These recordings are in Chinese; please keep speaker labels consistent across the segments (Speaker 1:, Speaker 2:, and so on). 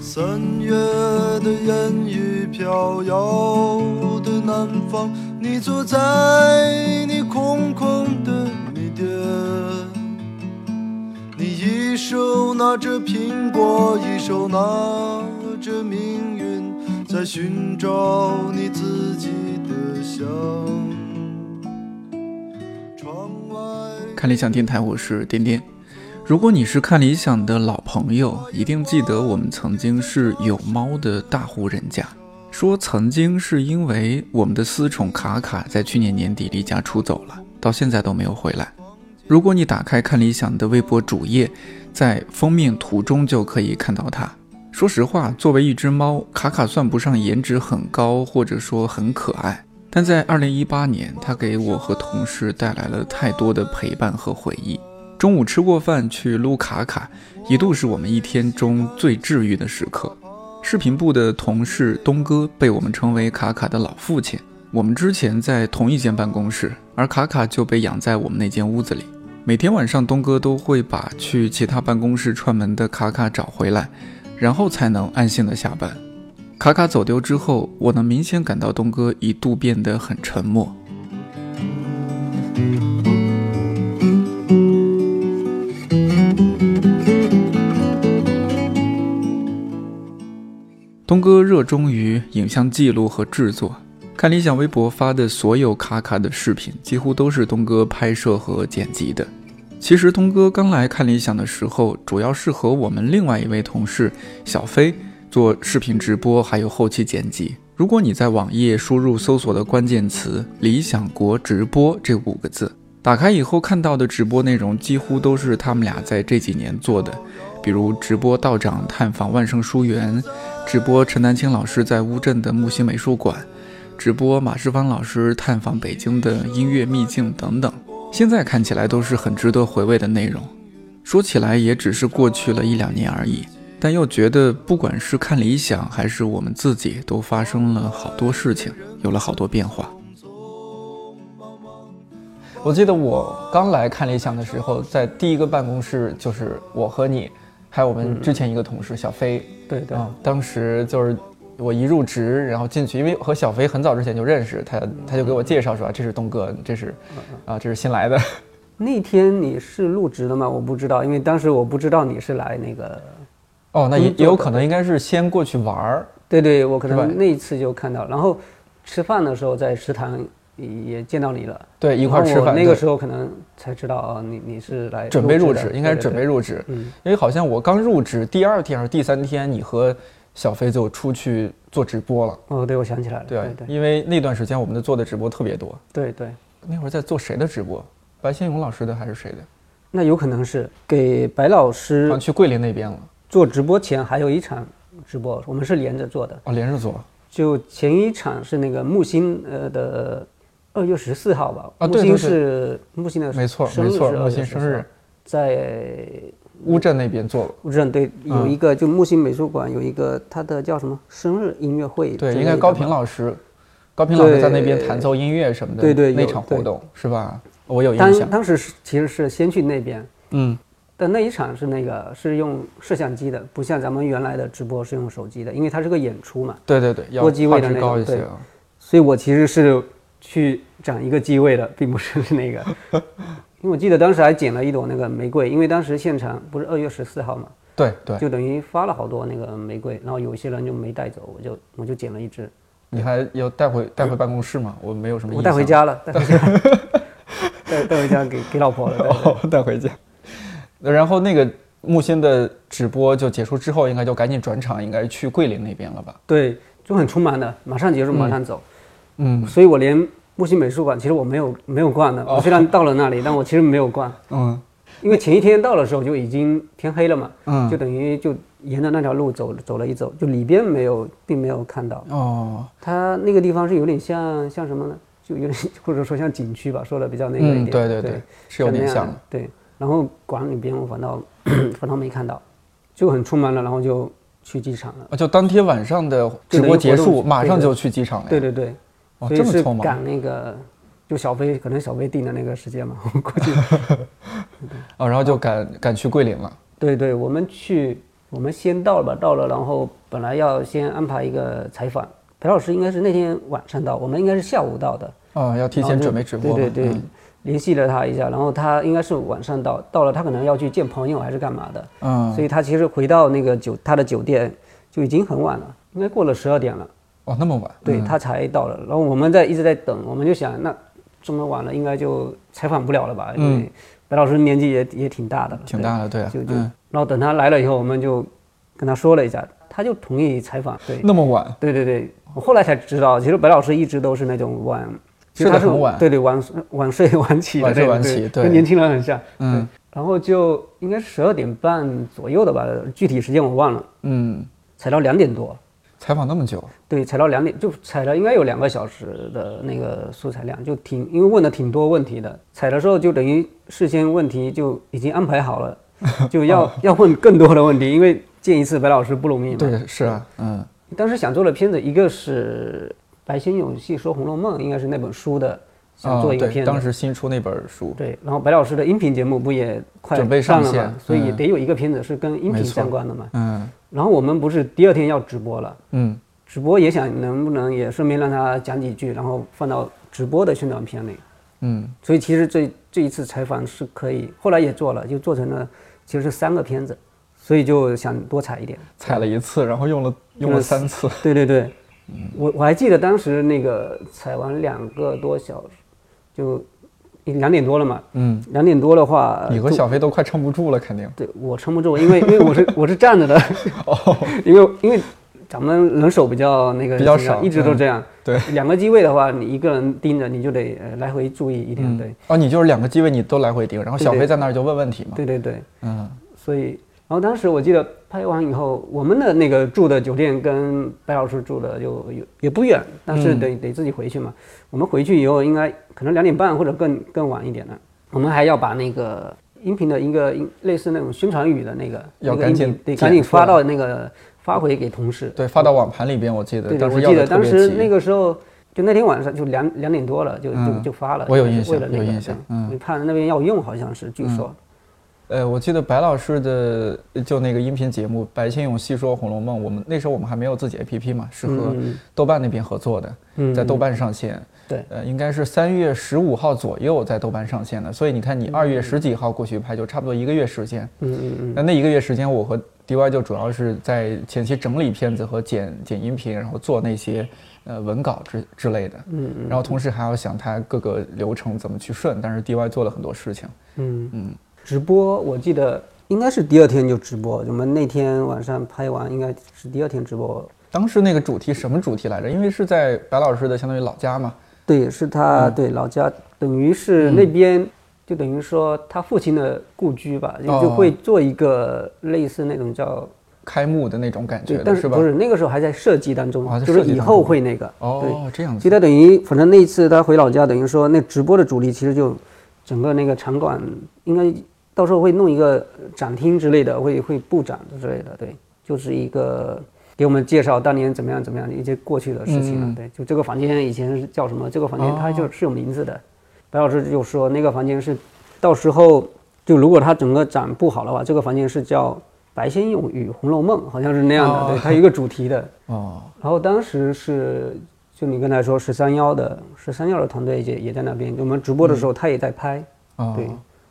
Speaker 1: 三月的烟雨飘摇的南方，你坐在你空空的米店，你一手拿着苹果，一手拿着命运，在寻找你自己的香。窗外
Speaker 2: 看理想电台，我是颠颠。如果你是看理想的老朋友，一定记得我们曾经是有猫的大户人家。说曾经是因为我们的私宠卡卡在去年年底离家出走了，到现在都没有回来。如果你打开看理想的微博主页，在封面图中就可以看到它。说实话，作为一只猫，卡卡算不上颜值很高，或者说很可爱，但在2018年，它给我和同事带来了太多的陪伴和回忆。中午吃过饭去撸卡卡，一度是我们一天中最治愈的时刻。视频部的同事东哥被我们称为卡卡的老父亲。我们之前在同一间办公室，而卡卡就被养在我们那间屋子里。每天晚上，东哥都会把去其他办公室串门的卡卡找回来，然后才能安心的下班。卡卡走丢之后，我能明显感到东哥一度变得很沉默。东哥热衷于影像记录和制作，看理想微博发的所有卡卡的视频，几乎都是东哥拍摄和剪辑的。其实东哥刚来看理想的时候，主要是和我们另外一位同事小飞做视频直播，还有后期剪辑。如果你在网页输入搜索的关键词“理想国直播”这五个字，打开以后看到的直播内容几乎都是他们俩在这几年做的，比如直播道长探访万盛书园，直播陈丹青老师在乌镇的木心美术馆，直播马世芳老师探访北京的音乐秘境等等。现在看起来都是很值得回味的内容，说起来也只是过去了一两年而已，但又觉得不管是看理想还是我们自己，都发生了好多事情，有了好多变化。
Speaker 3: 我记得我刚来看理想的时候，在第一个办公室就是我和你，还有我们之前一个同事小飞。
Speaker 4: 对对，
Speaker 2: 嗯
Speaker 3: 啊，当时就是我一入职，然后进去，因为和小飞很早之前就认识，他
Speaker 2: 嗯
Speaker 3: 他就给我介绍说啊，这是东哥，这是啊，这是新来的。
Speaker 4: 那天你是入职的吗？我不知道，因为当时我不知道你是来那个。
Speaker 2: 嗯
Speaker 3: 哦，那也也有可能应该是先过去玩儿。
Speaker 4: 对对，我可
Speaker 3: 是吧
Speaker 4: 能那一次就看到，然后吃饭的时候在食堂也见到你了，
Speaker 3: 对，一块儿吃
Speaker 4: 然后
Speaker 3: 饭。
Speaker 4: 我那个
Speaker 3: 对
Speaker 4: 时候可能才知道啊，你你是来
Speaker 3: 准备入
Speaker 4: 的
Speaker 3: 职，应该是准备。
Speaker 4: 对对对
Speaker 3: 入职，
Speaker 4: 嗯
Speaker 3: 因为好像我刚入职第二天还是第三天，你和小飞就出去做直播了。
Speaker 4: 哦，对，我想起来了，
Speaker 3: 对
Speaker 4: 对对
Speaker 3: 因为那段时间我们的做的直播特别多。
Speaker 4: 对对，
Speaker 3: 那会儿在做谁的直播？白先勇老师的还是谁的？
Speaker 4: 那有可能是给白老
Speaker 3: 好
Speaker 4: 师
Speaker 3: 像去桂林那边了。
Speaker 4: 做直播前还有一场直播，我们是连着做的，
Speaker 3: 哦，连着做。
Speaker 4: 就前一场是那个木星呃的二月十四号吧，
Speaker 3: 啊
Speaker 4: 木
Speaker 3: 对对
Speaker 4: 星
Speaker 3: 对
Speaker 4: 是木星的
Speaker 3: 没错
Speaker 4: 生日
Speaker 3: 没错
Speaker 4: 是
Speaker 3: 木星
Speaker 4: 2月14
Speaker 3: 生日
Speaker 4: 号在
Speaker 3: 乌镇那边做了。
Speaker 4: 乌镇对有
Speaker 3: 嗯
Speaker 4: 一个就木星美术馆有一个它的叫什么生日音乐会之类
Speaker 3: 对，
Speaker 4: 的吧，
Speaker 3: 应该高平老师，高平老师在那边
Speaker 4: 对
Speaker 3: 弹奏音乐什么的，
Speaker 4: 对对
Speaker 3: 那
Speaker 4: 有
Speaker 3: 场活
Speaker 4: 对
Speaker 3: 动是吧？我有印
Speaker 4: 当
Speaker 3: 象。
Speaker 4: 当时是其实是先去那边，
Speaker 3: 嗯，
Speaker 4: 但那一场是那个是用摄像机的，不像咱们原来的直播是用手机的，因为它是个演出嘛，
Speaker 3: 对对对，要
Speaker 4: 多机
Speaker 3: 画
Speaker 4: 位的
Speaker 3: 质
Speaker 4: 那
Speaker 3: 高
Speaker 4: 种
Speaker 3: 一些
Speaker 4: 对
Speaker 3: 啊。
Speaker 4: 所以我其实是去长一个机位的，并不是那个。 因为我记得当时还捡了一朵那个玫瑰，因为当时现场不是二月十四号嘛，
Speaker 3: 对对，
Speaker 4: 就等于发了好多那个玫瑰，然后有一些人就没带走，我就我就捡了一只，
Speaker 3: 你还要带回带回办公室吗？我没有什么啊印象。
Speaker 4: 我带 回家了，带回家， 带带回家给给老婆了。 对
Speaker 3: 哦，带回家。然后那个木心的直播就结束之后，应该就赶紧转场，应该去桂林那边了吧？
Speaker 4: 对，就很匆忙的，马上结束，马上走。
Speaker 3: 嗯哦
Speaker 4: 所以我连木星美术馆其实我没有没有逛的。我虽然到了那里，但我其实没有逛，
Speaker 3: 嗯
Speaker 4: 因为前一天到的时候就已经天黑了嘛，
Speaker 3: 嗯
Speaker 4: 就等于就沿着那条路走走了一走，就里边没有，并没有看到。
Speaker 3: 哦，
Speaker 4: 它那个地方是有点像像什么呢？就有点 或者说像景区吧，说的比较那个一
Speaker 3: 嗯，
Speaker 4: 点。
Speaker 3: 对对
Speaker 4: 对
Speaker 3: 对，，是有点
Speaker 4: 那样
Speaker 3: 像
Speaker 4: 的
Speaker 3: 的。
Speaker 4: 对，然后馆里边我反倒 反倒没看到，就很匆忙了，然后就去机场了。
Speaker 3: 啊就当天晚上的直播结
Speaker 4: 就等于活
Speaker 3: 束，
Speaker 4: 动
Speaker 3: 马上
Speaker 4: 对对
Speaker 3: 就去机场了。
Speaker 4: 对，对对，
Speaker 3: 哎哦，
Speaker 4: 所
Speaker 3: 这
Speaker 4: 以
Speaker 3: 么
Speaker 4: 是
Speaker 3: 匆忙。
Speaker 4: 赶那个，就小飞可能小飞定的那个时间嘛， 我估计。
Speaker 3: 哦，然后就赶赶去桂林了。
Speaker 4: 对对，我们去，我们先到了吧，到了，然后本来要先安排一个采访，裴老师应该是那天晚上到，我们应该是下午到的，
Speaker 3: 哦
Speaker 2: 啊，要提
Speaker 4: 然
Speaker 2: 前
Speaker 4: 后就
Speaker 2: 准备直播嘛，
Speaker 4: 哦对对对，
Speaker 2: 嗯
Speaker 4: 联系了他一下，然后他应该是晚上到，到了他可能要去见朋友还是干嘛的，
Speaker 2: 嗯，
Speaker 4: 所以他其实回到那个酒他的酒店就已经很晚了，应该过了十二点了，
Speaker 2: 哦，那么晚，
Speaker 4: 对、
Speaker 2: 嗯
Speaker 4: 他才到了。然后我们在一直在等，我们就想那这么晚了，应该就采访不了了吧？因为白老师年纪也也挺大的了，
Speaker 2: 嗯挺
Speaker 4: 对
Speaker 2: 大的，对啊，
Speaker 4: 就就、
Speaker 2: 嗯，
Speaker 4: 然后等他来了以后，我们就跟他说了一下，他就同意采访。对
Speaker 2: 那么晚，
Speaker 4: 对对对，我后来才知道，其实白老师一直都是那种晚，其实
Speaker 2: 睡得
Speaker 4: 他是
Speaker 2: 很晚
Speaker 4: 对对晚晚睡晚起的
Speaker 2: 晚
Speaker 4: 那
Speaker 2: 睡
Speaker 4: 种，
Speaker 2: 晚起对
Speaker 4: 跟年轻人很像。
Speaker 2: 嗯
Speaker 4: 然后就应该十二点半左右的吧，具体时间我忘了，
Speaker 2: 嗯，
Speaker 4: 踩到两点多。
Speaker 2: 采访那么久，
Speaker 4: 对，踩到两点就踩了，应该有两个小时的那个素材量，就挺因为问了挺多问题的。踩的时候就等于事先问题就已经安排 好了，就
Speaker 2: 哦
Speaker 4: 要 要问更多的问题，因为见一次白老师不容易嘛。
Speaker 2: 对，是啊，嗯
Speaker 4: 当时想做的片子，一个是白先勇细说《红楼梦》，应该是那本书的，想
Speaker 2: 啊，
Speaker 3: 哦
Speaker 4: 做一个
Speaker 2: 对，
Speaker 4: 片子。
Speaker 2: 当时新出那本书，
Speaker 4: 对，然后白老师的音频节目不也快
Speaker 2: 准备
Speaker 4: 上
Speaker 2: 上
Speaker 4: 了嘛
Speaker 2: 线，
Speaker 4: 所以也
Speaker 2: 嗯
Speaker 4: 得有一个片子是跟音
Speaker 2: 没
Speaker 4: 频
Speaker 2: 错
Speaker 4: 相关的嘛。
Speaker 2: 嗯
Speaker 4: 然后我们不是第二天要直播了，
Speaker 2: 嗯，
Speaker 4: 直播也想能不能也顺便让他讲几句，然后放到直播的宣传片里。
Speaker 2: 嗯，
Speaker 4: 所以其实这这一次采访是可以，后来也做了，就做成了其实是三个片子，所以就想多采一点。
Speaker 2: 采了一次，然后用了用
Speaker 4: 用
Speaker 2: 了
Speaker 4: 了
Speaker 2: 三次，
Speaker 4: 对对对，我我还记得当时那个采完两个多小时，就两点多了嘛，
Speaker 2: 嗯，
Speaker 4: 两点多的话，
Speaker 2: 你和
Speaker 4: 呃就
Speaker 2: 小飞都快撑不住了，肯定，
Speaker 4: 对我撑不住，因为因为我是我是站着的， 因为因为咱们人手比较那个
Speaker 2: 哦比较
Speaker 4: 紧张
Speaker 2: 少嗯
Speaker 4: 一直都这样。
Speaker 2: 对，
Speaker 4: 两个机位的话，你一个人盯着，你就得呃来回注意一点。对，
Speaker 2: 哦，你就是两个机位你都来回盯，然后
Speaker 4: 对
Speaker 2: 小
Speaker 4: 对
Speaker 2: 飞在那儿就问问题嘛，
Speaker 4: 对对对，
Speaker 2: 嗯，
Speaker 4: 所以。然后当时我记得拍完以后，我们的那个住的酒店跟白老师住的就有也不远，但是
Speaker 2: 嗯
Speaker 4: 得、得自己回去嘛。我们回去以后应该可能两点半或者更更晚一点了。我们还要把那个音频的一个音类似那种宣传语的那个，
Speaker 2: 要
Speaker 4: 那个
Speaker 2: 赶
Speaker 4: 音频
Speaker 2: 紧
Speaker 4: 得
Speaker 2: 剪
Speaker 4: 赶紧
Speaker 2: 出
Speaker 4: 发
Speaker 2: 来
Speaker 4: 到那个发回给同事。
Speaker 2: 对，发到网盘里边，我记得
Speaker 4: 对
Speaker 2: 当
Speaker 4: 我
Speaker 2: 时要
Speaker 4: 记
Speaker 2: 的
Speaker 4: 得
Speaker 2: 特
Speaker 4: 当
Speaker 2: 别
Speaker 4: 时
Speaker 2: 急
Speaker 4: 那个时候，就那天晚上就两两点多了，就就
Speaker 2: 嗯
Speaker 4: 就发了。
Speaker 2: 我有
Speaker 4: 就是
Speaker 2: 印象
Speaker 4: 为了那
Speaker 2: 有
Speaker 4: 个
Speaker 2: 印象
Speaker 4: 对
Speaker 2: 嗯
Speaker 4: 你怕那边要用，好像是据说。
Speaker 2: 呃，我记得白老师的呃就那个音频节目《白先勇细说红楼梦》，我们那时候我们还没有自己 APP 嘛，是和
Speaker 4: 嗯
Speaker 2: 豆瓣那边合作的，
Speaker 4: 嗯
Speaker 2: 在豆瓣上线。
Speaker 4: 对
Speaker 2: 呃，应该是三月十五号左右在豆瓣上线的，所以你看你二月十几号过去拍，就差不多一个月时间。
Speaker 4: 嗯嗯嗯，
Speaker 2: 那那一个月时间，我和 DY 就主要是在前期整理片子和剪剪音频，然后做那些呃文稿之之类的。
Speaker 4: 嗯嗯
Speaker 2: 然后同时还要想它各个流程怎么去顺，但是 DY 做了很多事情。
Speaker 4: 嗯嗯。直播我记得应该是第二天就直播，我们那天晚上拍完应该是第二天直播。
Speaker 2: 当时那个主题什么主题来着？因为是在白老师的相当于老家嘛。
Speaker 4: 对，是
Speaker 2: 嗯
Speaker 4: 他对老家，等于是那边。就等于说他父亲的故居吧，就就
Speaker 2: 哦
Speaker 4: 会做一个类似那种叫
Speaker 2: 开幕的那种感觉
Speaker 4: 对，
Speaker 2: 的
Speaker 4: 但
Speaker 2: 是
Speaker 4: 是
Speaker 2: 吧？
Speaker 4: 不是那个时候还在设计当中，
Speaker 2: 哦还在
Speaker 4: 就
Speaker 2: 设
Speaker 4: 是
Speaker 2: 计
Speaker 4: 以
Speaker 2: 当
Speaker 4: 后
Speaker 2: 中
Speaker 4: 会那个
Speaker 2: 哦，这样
Speaker 4: 其实
Speaker 2: 子。
Speaker 4: 他等于，反正那一次他回老家，等于说那直播的主力其实就整个那个场馆，应该到时候会弄一个呃展厅之类的，会会布展之类的，对，就是一个给我们介绍当年怎么样怎么样的一些过去的事情了，啊
Speaker 2: 嗯
Speaker 4: 对，就这个房间以前是叫什么，这个房间
Speaker 2: 哦
Speaker 4: 它就是有名字的，白老师就说那个房间是，到时候就如果它整个展布好的话，这个房间是叫。白先勇与《红楼梦》好像是那样的，
Speaker 2: 哦
Speaker 4: 对，它有一个主题的，
Speaker 2: 哦，
Speaker 4: 然后当时是，就你刚才说十三幺的十三幺的团队也也在那边，我们直播的时候他也在拍，
Speaker 2: 嗯哦
Speaker 4: 对。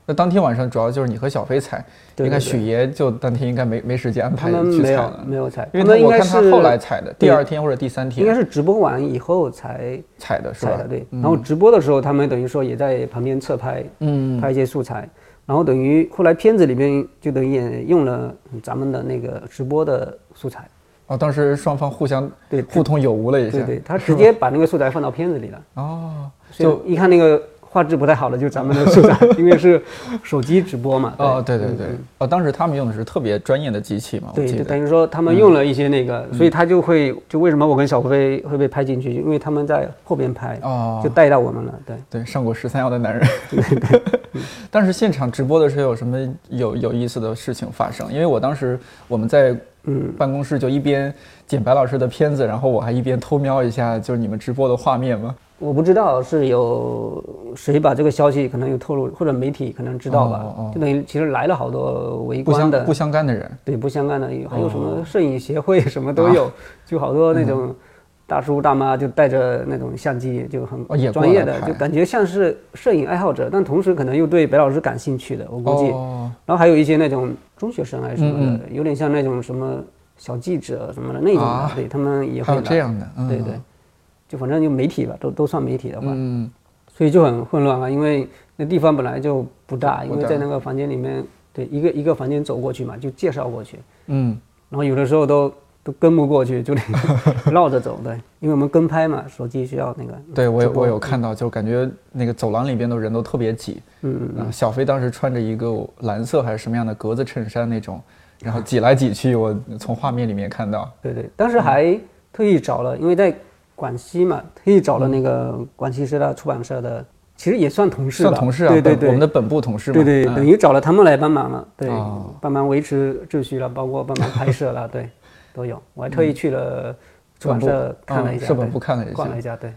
Speaker 2: 那当天晚上主要就是你和小飞采，
Speaker 4: 对
Speaker 2: 应该
Speaker 4: 对对
Speaker 2: 许爷就当天应该没没时间安
Speaker 4: 他
Speaker 2: 排
Speaker 4: 们
Speaker 2: 去
Speaker 4: 没
Speaker 2: 采
Speaker 4: 有
Speaker 2: 了，
Speaker 4: 没有采，
Speaker 2: 因为
Speaker 4: 他们
Speaker 2: 他
Speaker 4: 应
Speaker 2: 我
Speaker 4: 该
Speaker 2: 看他
Speaker 4: 是
Speaker 2: 后来采的，第
Speaker 4: 对
Speaker 2: 二天或者第三
Speaker 4: 应该
Speaker 2: 天
Speaker 4: 是直播完以后才
Speaker 2: 采的是
Speaker 4: 采
Speaker 2: 吧
Speaker 4: 的，？对。然后直播的时候他们等于说也在旁边侧拍，
Speaker 2: 嗯，
Speaker 4: 拍一些素材。然后等于后来片子里边就等于也用了咱们的那个直播的素材，
Speaker 2: 哦，当时双方互相
Speaker 4: 对
Speaker 2: 互通有无了一下，
Speaker 4: 对对，他直接把那个素材放到片子里了。
Speaker 2: 哦，
Speaker 4: 就
Speaker 2: 就
Speaker 4: 一看那个画质不太好的，就是咱们的素材， 因为是手机直播嘛。
Speaker 2: 哦，对对对
Speaker 4: 嗯嗯，
Speaker 2: 哦，当时他们用的是特别专业的机器嘛，我
Speaker 4: 对，
Speaker 2: 记
Speaker 4: 就
Speaker 2: 得嗯
Speaker 4: 等，于说他们用了一些那个，所以他就会就为什么我跟小飞会被拍进去，因为他们在后边拍，
Speaker 2: 哦
Speaker 4: 就，带到我们了。对，
Speaker 2: 对，上过十三幺的男 人。 当时现场直播的时候有什么有有意思的事情发生？因为我当时我们在
Speaker 4: 嗯
Speaker 2: 办公室就一边剪白老师的片子，然后我还一边偷瞄一下就是你们直播的画面嘛。
Speaker 4: 我不知道是有谁把这个消息可能有透露，或者媒体可能知道吧。
Speaker 2: 哦哦
Speaker 4: 就等于其实来了好多围
Speaker 2: 不
Speaker 4: 观
Speaker 2: 相
Speaker 4: 的，
Speaker 2: 不相干的人，
Speaker 4: 对不相干的，还有什么
Speaker 2: 哦
Speaker 4: 摄影协会什么都
Speaker 2: 啊
Speaker 4: 有，就好多那种
Speaker 2: 嗯
Speaker 4: 大叔大妈就带着那种相机，就很
Speaker 2: 哦也过
Speaker 4: 专
Speaker 2: 来
Speaker 4: 业的，
Speaker 2: 拍
Speaker 4: 就感觉像是摄影爱好者，但同时可能又对白老师感兴趣的，我估计。
Speaker 2: 哦
Speaker 4: 然后还有一些那种中学生还是什么
Speaker 2: 嗯
Speaker 4: 的，有点像那种什么小记者什么的那种
Speaker 2: 啊
Speaker 4: 的，对他们也
Speaker 2: 还
Speaker 4: 会
Speaker 2: 有
Speaker 4: 来。
Speaker 2: 这样的，嗯、
Speaker 4: 对对，就反正就媒体吧，都都算媒体的话，
Speaker 2: 嗯，
Speaker 4: 所以就很混乱嘛，啊因为那地方本来就不大，
Speaker 2: 不
Speaker 4: 因为
Speaker 2: 大
Speaker 4: 在那个房间里面，对一个一个房间走过去嘛，就介绍过去，
Speaker 2: 嗯
Speaker 4: 然后有的时候都都跟不过去，就得 绕着走，对，因为我们跟拍嘛，手机需要那个，
Speaker 2: 嗯，对我有
Speaker 4: 直播
Speaker 2: 我有，看到，就感觉那个走廊里边的人都特别挤。
Speaker 4: 嗯，
Speaker 2: 啊，小飞当时穿着一个蓝色还是什么样的格子衬衫那种，然后挤来挤去，我从画面里面看到，
Speaker 4: 对对，当时还特意找了，因为在广西嘛，特意找了那个广西师大出版社的，其实也算同事
Speaker 2: 嗯
Speaker 4: 吧，
Speaker 2: 算同事啊，
Speaker 4: 对对
Speaker 2: 本
Speaker 4: 对，
Speaker 2: 我们的本部同事嘛，
Speaker 4: 对对，
Speaker 2: 嗯
Speaker 4: 等于找了他们来帮忙了，对
Speaker 2: 哦，
Speaker 4: 帮忙维持秩序了，包括帮忙拍摄了， 对，都有。我还特意去了出版
Speaker 2: 本
Speaker 4: 社
Speaker 2: 部
Speaker 4: 看了一
Speaker 2: 嗯
Speaker 4: 下，
Speaker 2: 社本
Speaker 4: 对
Speaker 2: 部看了一
Speaker 4: 逛
Speaker 2: 下
Speaker 4: 了一下，对，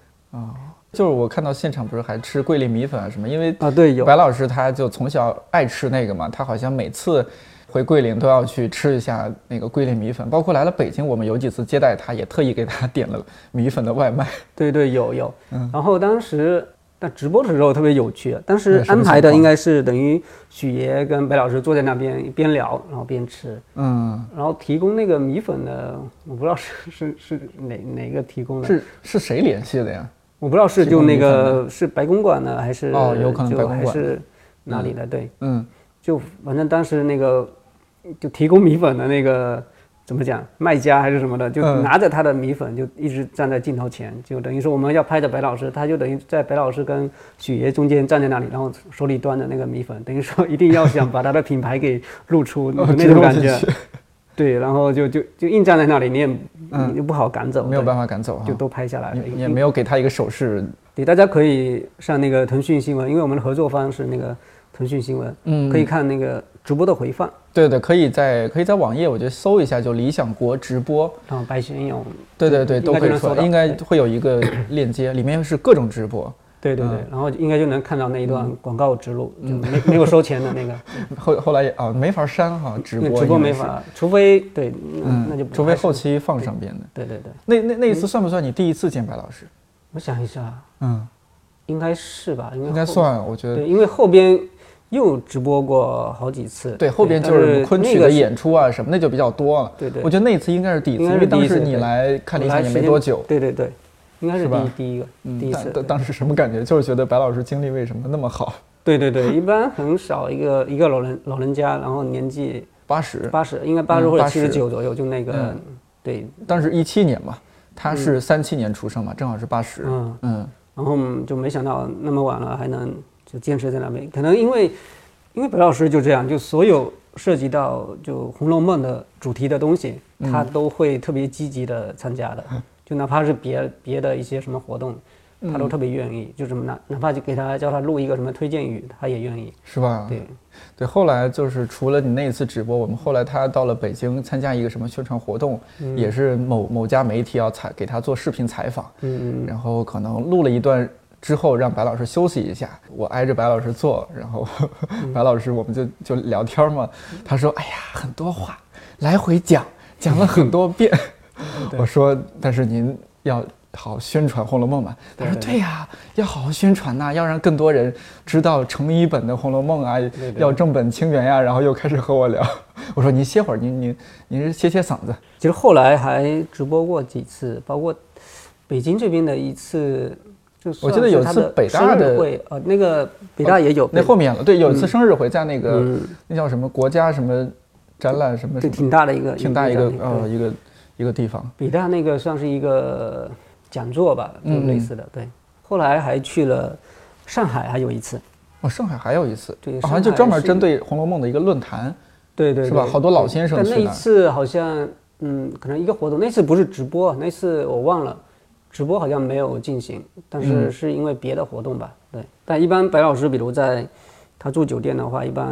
Speaker 2: 就是我看到现场不是还吃桂林米粉啊什么，因为
Speaker 4: 啊对有
Speaker 2: 白老师他就从小爱吃那个嘛，他好像每次回桂林都要去吃一下那个桂林米粉，包括来了北京，我们有几次接待他，也特意给他点了米粉的外卖。
Speaker 4: 对对有有。
Speaker 2: 嗯
Speaker 4: 然后当时那直播的时候特别有趣，当时
Speaker 2: 对什么
Speaker 4: 安排
Speaker 2: 情
Speaker 4: 的
Speaker 2: 况
Speaker 4: 应该是等于许爷跟白老师坐在那边边聊，然后边吃，
Speaker 2: 嗯，
Speaker 4: 然后提供那个米粉的，我不知道是是是哪哪个提供的，
Speaker 2: 是是谁联系的呀？
Speaker 4: 我不知道是
Speaker 2: 提
Speaker 4: 就
Speaker 2: 供
Speaker 4: 那
Speaker 2: 米粉
Speaker 4: 个是白公馆的还是
Speaker 2: 哦有可能
Speaker 4: 就
Speaker 2: 白公
Speaker 4: 还
Speaker 2: 馆
Speaker 4: 是哪里的对。
Speaker 2: 嗯，
Speaker 4: 就反正当时那个就提供米粉的那个怎么讲，卖家还是什么的，就
Speaker 2: 嗯
Speaker 4: 拿着他的米粉就一直站在镜头前，就等于说我们要拍的白老师，他就等于在白老师跟许爷中间站在那里，然后手里端着那个米粉，等于说一定要想把他的品牌给露出
Speaker 2: 哦
Speaker 4: 那种感
Speaker 2: 植入进
Speaker 4: 觉
Speaker 2: 去，
Speaker 4: 对，然后就就就硬站在那里，你也
Speaker 2: 嗯
Speaker 4: 你又不好赶走，
Speaker 2: 没有
Speaker 4: 对
Speaker 2: 办法赶走哈
Speaker 4: 就，都拍下来了，
Speaker 2: 你你也没有给他一个手势，
Speaker 4: 对，大家可以上那个腾讯新闻，因为我们的合作方是那个腾讯新闻，
Speaker 2: 嗯
Speaker 4: 可以看那个直播的回放。
Speaker 2: 对对，可以在可以在网页，我觉得搜一下就理想国直播，
Speaker 4: 然后白雪勇，
Speaker 2: 对对对，
Speaker 4: 应
Speaker 2: 都
Speaker 4: 该
Speaker 2: 可
Speaker 4: 就
Speaker 2: 以
Speaker 4: 能
Speaker 2: 出来，
Speaker 4: 搜到
Speaker 2: 应该会有一个链接，里面是各种直播，
Speaker 4: 对对
Speaker 2: 嗯
Speaker 4: 对，然后应该就能看到那一段广告植入，就没没有收钱的那个
Speaker 2: 后后来也啊没法删哈， 直
Speaker 4: 那
Speaker 2: 播
Speaker 4: 直播
Speaker 2: 因为
Speaker 4: 没
Speaker 2: 是，嗯
Speaker 4: 法，除非对，那那就不
Speaker 2: 除非
Speaker 4: 太
Speaker 2: 后
Speaker 4: 是
Speaker 2: 期放上边的。
Speaker 4: 对对对，
Speaker 2: 那那那一次算不算你第一次见白老师？
Speaker 4: 我想一下，
Speaker 2: 嗯，
Speaker 4: 应该是吧？因为
Speaker 2: 应该
Speaker 4: 后
Speaker 2: 算，我觉得
Speaker 4: 对，因为后边又直播过好几次，
Speaker 2: 对，后边
Speaker 4: 但
Speaker 2: 就是昆
Speaker 4: 那
Speaker 2: 曲
Speaker 4: 个
Speaker 2: 的
Speaker 4: 是
Speaker 2: 演出啊什么，那就比较多了。
Speaker 4: 对对
Speaker 2: 我觉得那一次应该是第一次，
Speaker 4: 应该
Speaker 2: 因
Speaker 4: 是
Speaker 2: 为当时
Speaker 4: 第一次
Speaker 2: 你来看理
Speaker 4: 我来
Speaker 2: 想也
Speaker 4: 时
Speaker 2: 没
Speaker 4: 间
Speaker 2: 多久，
Speaker 4: 对对对，应该
Speaker 2: 是
Speaker 4: 是
Speaker 2: 吧
Speaker 4: 第一第一个
Speaker 2: 嗯
Speaker 4: 第一
Speaker 2: 当
Speaker 4: 次，
Speaker 2: 当当时什么感觉？就是觉得白老师经历为什么那么好？
Speaker 4: 对对对，一般很少一个一个老人老人家，然后年纪
Speaker 2: 八十，
Speaker 4: 八十，应该八十
Speaker 2: 嗯
Speaker 4: 或者
Speaker 2: 80
Speaker 4: 七十九左右，就那个
Speaker 2: 嗯
Speaker 4: 对，
Speaker 2: 当时一七年嘛，他是三七年出生嘛，正好是八十。
Speaker 4: 嗯。
Speaker 2: 嗯，
Speaker 4: 然后嗯就没想到那么晚了还能就坚持在那边，可能因为因为白老师就这样，就所有涉及到就《红楼梦》的主题的东西，他都会特别积极的参加的，就哪怕是别别的一些什么活动，他都特别愿意，就什么哪哪怕就给他叫他录一个什么推荐语，他也愿意。
Speaker 2: 是吧？
Speaker 4: 对，
Speaker 2: 对，后来就是除了你那一次直播，我们后来他到了北京参加一个什么宣传活动，也是某某家媒体要采给他做视频采访，
Speaker 4: 嗯，
Speaker 2: 然后可能录了一段之后，让白老师休息一下，我挨着白老师坐，然后 白老师我们就就聊天嘛，他说：“哎呀，很多话来回讲，讲了很多 遍。”我说：“但是您要。”好宣传《红楼梦》嘛？他说：“对呀、要好好宣传呐、要让更多人知道成一本的《红楼梦》啊，要正本清源呀、然后又开始和我聊，我说：“您歇会儿，您您您歇歇嗓子。
Speaker 4: 其实后来还直播过几次，包括北京这边的一次。就
Speaker 2: 我记得有一
Speaker 4: 算
Speaker 2: 次
Speaker 4: 是他
Speaker 2: 北大
Speaker 4: 生日
Speaker 2: 的哦
Speaker 4: 会，呃，那个北大也有，
Speaker 2: 那后面了，对，有一次生日会在那个、
Speaker 4: 嗯
Speaker 2: 那叫什么国家什么展览什么什
Speaker 4: 对
Speaker 2: 么
Speaker 4: 挺大的一个
Speaker 2: 挺大一个呃
Speaker 4: 对
Speaker 2: 一个一个地方。
Speaker 4: 北大那个算是一个讲座吧，就
Speaker 2: 嗯嗯
Speaker 4: 类似的。对，后来还去了上海，还有一次。
Speaker 2: 哦，上海还有一次，
Speaker 4: 对
Speaker 2: 啊
Speaker 4: 上
Speaker 2: 好像就
Speaker 4: 海
Speaker 2: 专门
Speaker 4: 是
Speaker 2: 针对《红楼梦》的一个论坛，
Speaker 4: 对对
Speaker 2: 是吧
Speaker 4: 对
Speaker 2: 好多老先生
Speaker 4: 但那
Speaker 2: 去
Speaker 4: 一
Speaker 2: 那儿
Speaker 4: 次好像，嗯，可能一个活动，那次不是直播，那次我忘了，直播好像没有进行，
Speaker 2: 嗯
Speaker 4: 但是是因为别的活动吧。对，但一般白老师，比如在他住酒店的话，一般。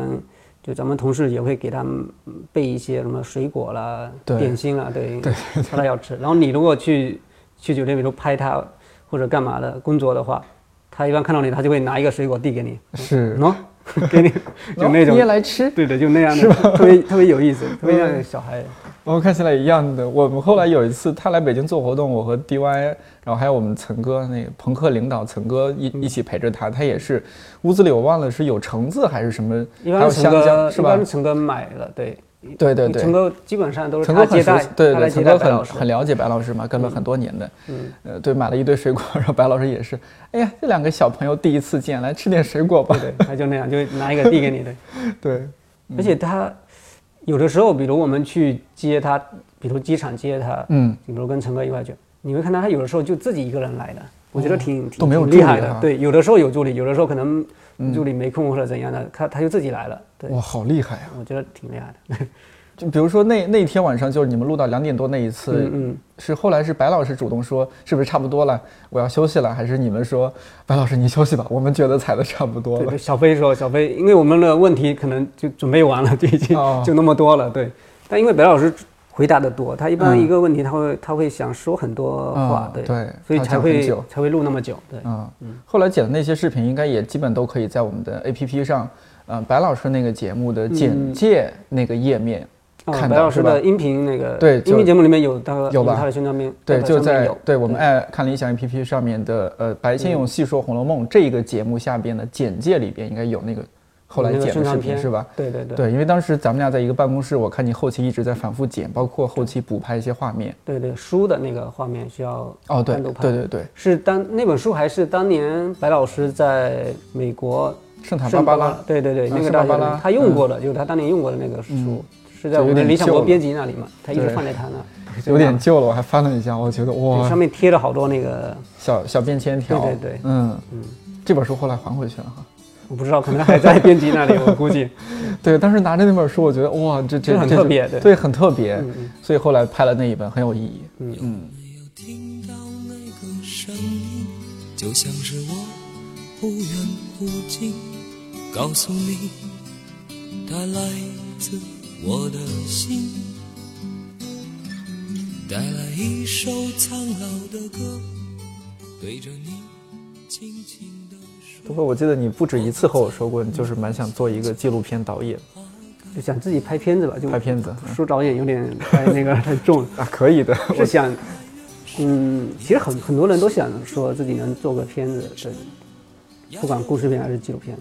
Speaker 4: 就咱们同事也会给他们备一些什么水果啦、
Speaker 2: 对
Speaker 4: 点心啦，对，他他要吃。然后你如果去去酒店，比如拍他，或者干嘛的工作的话，他一般看到你，他就会拿一个水果递给你，
Speaker 2: 是，
Speaker 4: 喏，给你，
Speaker 2: 喏
Speaker 4: 就那
Speaker 2: 你也
Speaker 4: 种，
Speaker 2: 来吃。
Speaker 4: 对的，就那样的，特别特别有意
Speaker 2: 嗯
Speaker 4: 思，特别像小孩。
Speaker 2: 我哦看起来一样的。我们后来有一次，他来北京做活动，我和 DY，然后还有我们岑哥那个朋克领导岑哥一一起陪着他。他也是屋子里我忘了是有橙子还是什么，
Speaker 4: 一
Speaker 2: 还
Speaker 4: 般
Speaker 2: 有
Speaker 4: 是陈
Speaker 2: 香
Speaker 4: 哥，
Speaker 2: 蕉
Speaker 4: 一
Speaker 2: 是
Speaker 4: 般
Speaker 2: 吧
Speaker 4: 是？陈哥买了，对，
Speaker 2: 对对对
Speaker 4: 陈，哥基本上都是
Speaker 2: 陈
Speaker 4: 他
Speaker 2: 哥很
Speaker 4: 接
Speaker 2: 熟
Speaker 4: 待
Speaker 2: 悉，，对
Speaker 4: 他
Speaker 2: 对，
Speaker 4: 来接
Speaker 2: 陈
Speaker 4: 待
Speaker 2: 哥
Speaker 4: 白老
Speaker 2: 很
Speaker 4: 师，
Speaker 2: 很了解白老师嘛，跟了很多年的，
Speaker 4: 嗯，
Speaker 2: 呃，对，买了一堆水果，然后白老师也是，哎呀，这两个小朋友第一次见，来吃点水果吧，
Speaker 4: 对， 他就那样，就拿一个递 给你的。
Speaker 2: 对，
Speaker 4: 而且他有的时候，比如我们去接他，比如机场接他，
Speaker 2: 嗯，
Speaker 4: 比如跟陈哥一块去，你会看到他有的时候就自己一个人来的，我觉得挺挺
Speaker 2: 哦都没有
Speaker 4: 挺
Speaker 2: 助
Speaker 4: 厉
Speaker 2: 理嗯
Speaker 4: 害的
Speaker 2: 啊。
Speaker 4: 对，有的时候有助理，有的时候可能助理没空或者怎样的，他他就自己来了。对，
Speaker 2: 哇，好厉害啊！
Speaker 4: 我觉得挺厉害的。
Speaker 2: 就比如说那那天晚上，就是你们录到两点多那一次
Speaker 4: 嗯，嗯，
Speaker 2: 是后来是白老师主动说，是不是差不多了，我要休息了，还是你们说白老师你休息吧，我们觉得踩的差不多
Speaker 4: 对，
Speaker 2: 了
Speaker 4: 就。小飞说，小飞，因为我们的问题可能就准备完了，就已经
Speaker 2: 哦
Speaker 4: 就那么多了，对。但因为白老师回答的多，他一般
Speaker 2: 嗯
Speaker 4: 一个问题他会他会想说很多话
Speaker 2: 嗯，
Speaker 4: 对，
Speaker 2: 对
Speaker 4: 所以
Speaker 2: 他
Speaker 4: 才
Speaker 2: 讲很
Speaker 4: 会
Speaker 2: 久
Speaker 4: 才会录那么久，对。
Speaker 2: 啊、
Speaker 4: 嗯
Speaker 2: 后来剪的那些视频应该也基本都可以在我们的 APP 上，嗯、白老师那个节目的
Speaker 4: 嗯
Speaker 2: 简介那个页面、
Speaker 4: 哦
Speaker 2: 看
Speaker 4: 白
Speaker 2: 到
Speaker 4: 老
Speaker 2: 是
Speaker 4: 师
Speaker 2: 吧
Speaker 4: 的音频那个
Speaker 2: 对就
Speaker 4: 音频节目里面有他
Speaker 2: 有吧
Speaker 4: 他的宣传片，
Speaker 2: 对，
Speaker 4: 他
Speaker 2: 就
Speaker 4: 上面
Speaker 2: 在
Speaker 4: 有嗯
Speaker 2: 对我们爱看理想 APP 上面的呃白先勇细说《红楼梦》这个节目下边的简介里边应该有那个后来
Speaker 4: 有那个
Speaker 2: 剪
Speaker 4: 宣
Speaker 2: 的视
Speaker 4: 传
Speaker 2: 频
Speaker 4: 片
Speaker 2: 是吧？
Speaker 4: 对对对
Speaker 2: 对，因为当时咱们俩在一个办公室，我看你后期一直在反复剪，包括后期补拍一些画面。
Speaker 4: 对对书的那个画面需要
Speaker 2: 哦，对，
Speaker 4: 单独
Speaker 2: 对
Speaker 4: 拍
Speaker 2: 对对，
Speaker 4: 是当那本书还是当年白老师在美国
Speaker 2: 圣塔芭
Speaker 4: 圣
Speaker 2: 芭
Speaker 4: 巴
Speaker 2: 拉，
Speaker 4: 对对对
Speaker 2: 啊
Speaker 4: 那个
Speaker 2: 圣
Speaker 4: 大
Speaker 2: 巴芭
Speaker 4: 学
Speaker 2: 拉嗯
Speaker 4: 他用过的，就是他当年用过的那个书是在
Speaker 2: 就
Speaker 4: 我
Speaker 2: 有
Speaker 4: 们
Speaker 2: 点
Speaker 4: 理想
Speaker 2: 旧
Speaker 4: 国
Speaker 2: 了
Speaker 4: 编辑那里嘛，他一直
Speaker 2: 对
Speaker 4: 放在他那，
Speaker 2: 有点啊旧了，我还翻了一下，我觉得
Speaker 4: 对上
Speaker 2: 哇，
Speaker 4: 面贴了好多那个，
Speaker 2: 小小便签条，
Speaker 4: 对对对
Speaker 2: 嗯
Speaker 4: 嗯
Speaker 2: 这本书后来还回去了哈。
Speaker 4: 我不知道可能还在编辑那里，我估 计
Speaker 2: 对，当时拿着那本书，我觉得哇，这这
Speaker 4: 这很
Speaker 2: 这
Speaker 4: 特
Speaker 2: 是
Speaker 4: 别对
Speaker 2: 对，很特别
Speaker 4: 嗯嗯，
Speaker 2: 所以后来拍了那一本很有意义。
Speaker 4: 嗯
Speaker 2: 嗯，
Speaker 5: 听到那个声音，就像是我忽远忽近，告诉你，它来自我的心，带来一首苍老的歌，对着你轻轻地说。
Speaker 2: 不过我记得你不止一次和我说过，你就是蛮想做一个纪录片导演，
Speaker 4: 就想自己拍片子吧，就
Speaker 2: 拍片子嗯
Speaker 4: 书导演有点太那个太 重了。
Speaker 2: 啊，可以的。
Speaker 4: 是想，嗯，其实很很多人都想说自己能做个片子，对，不管故事片还是纪录片，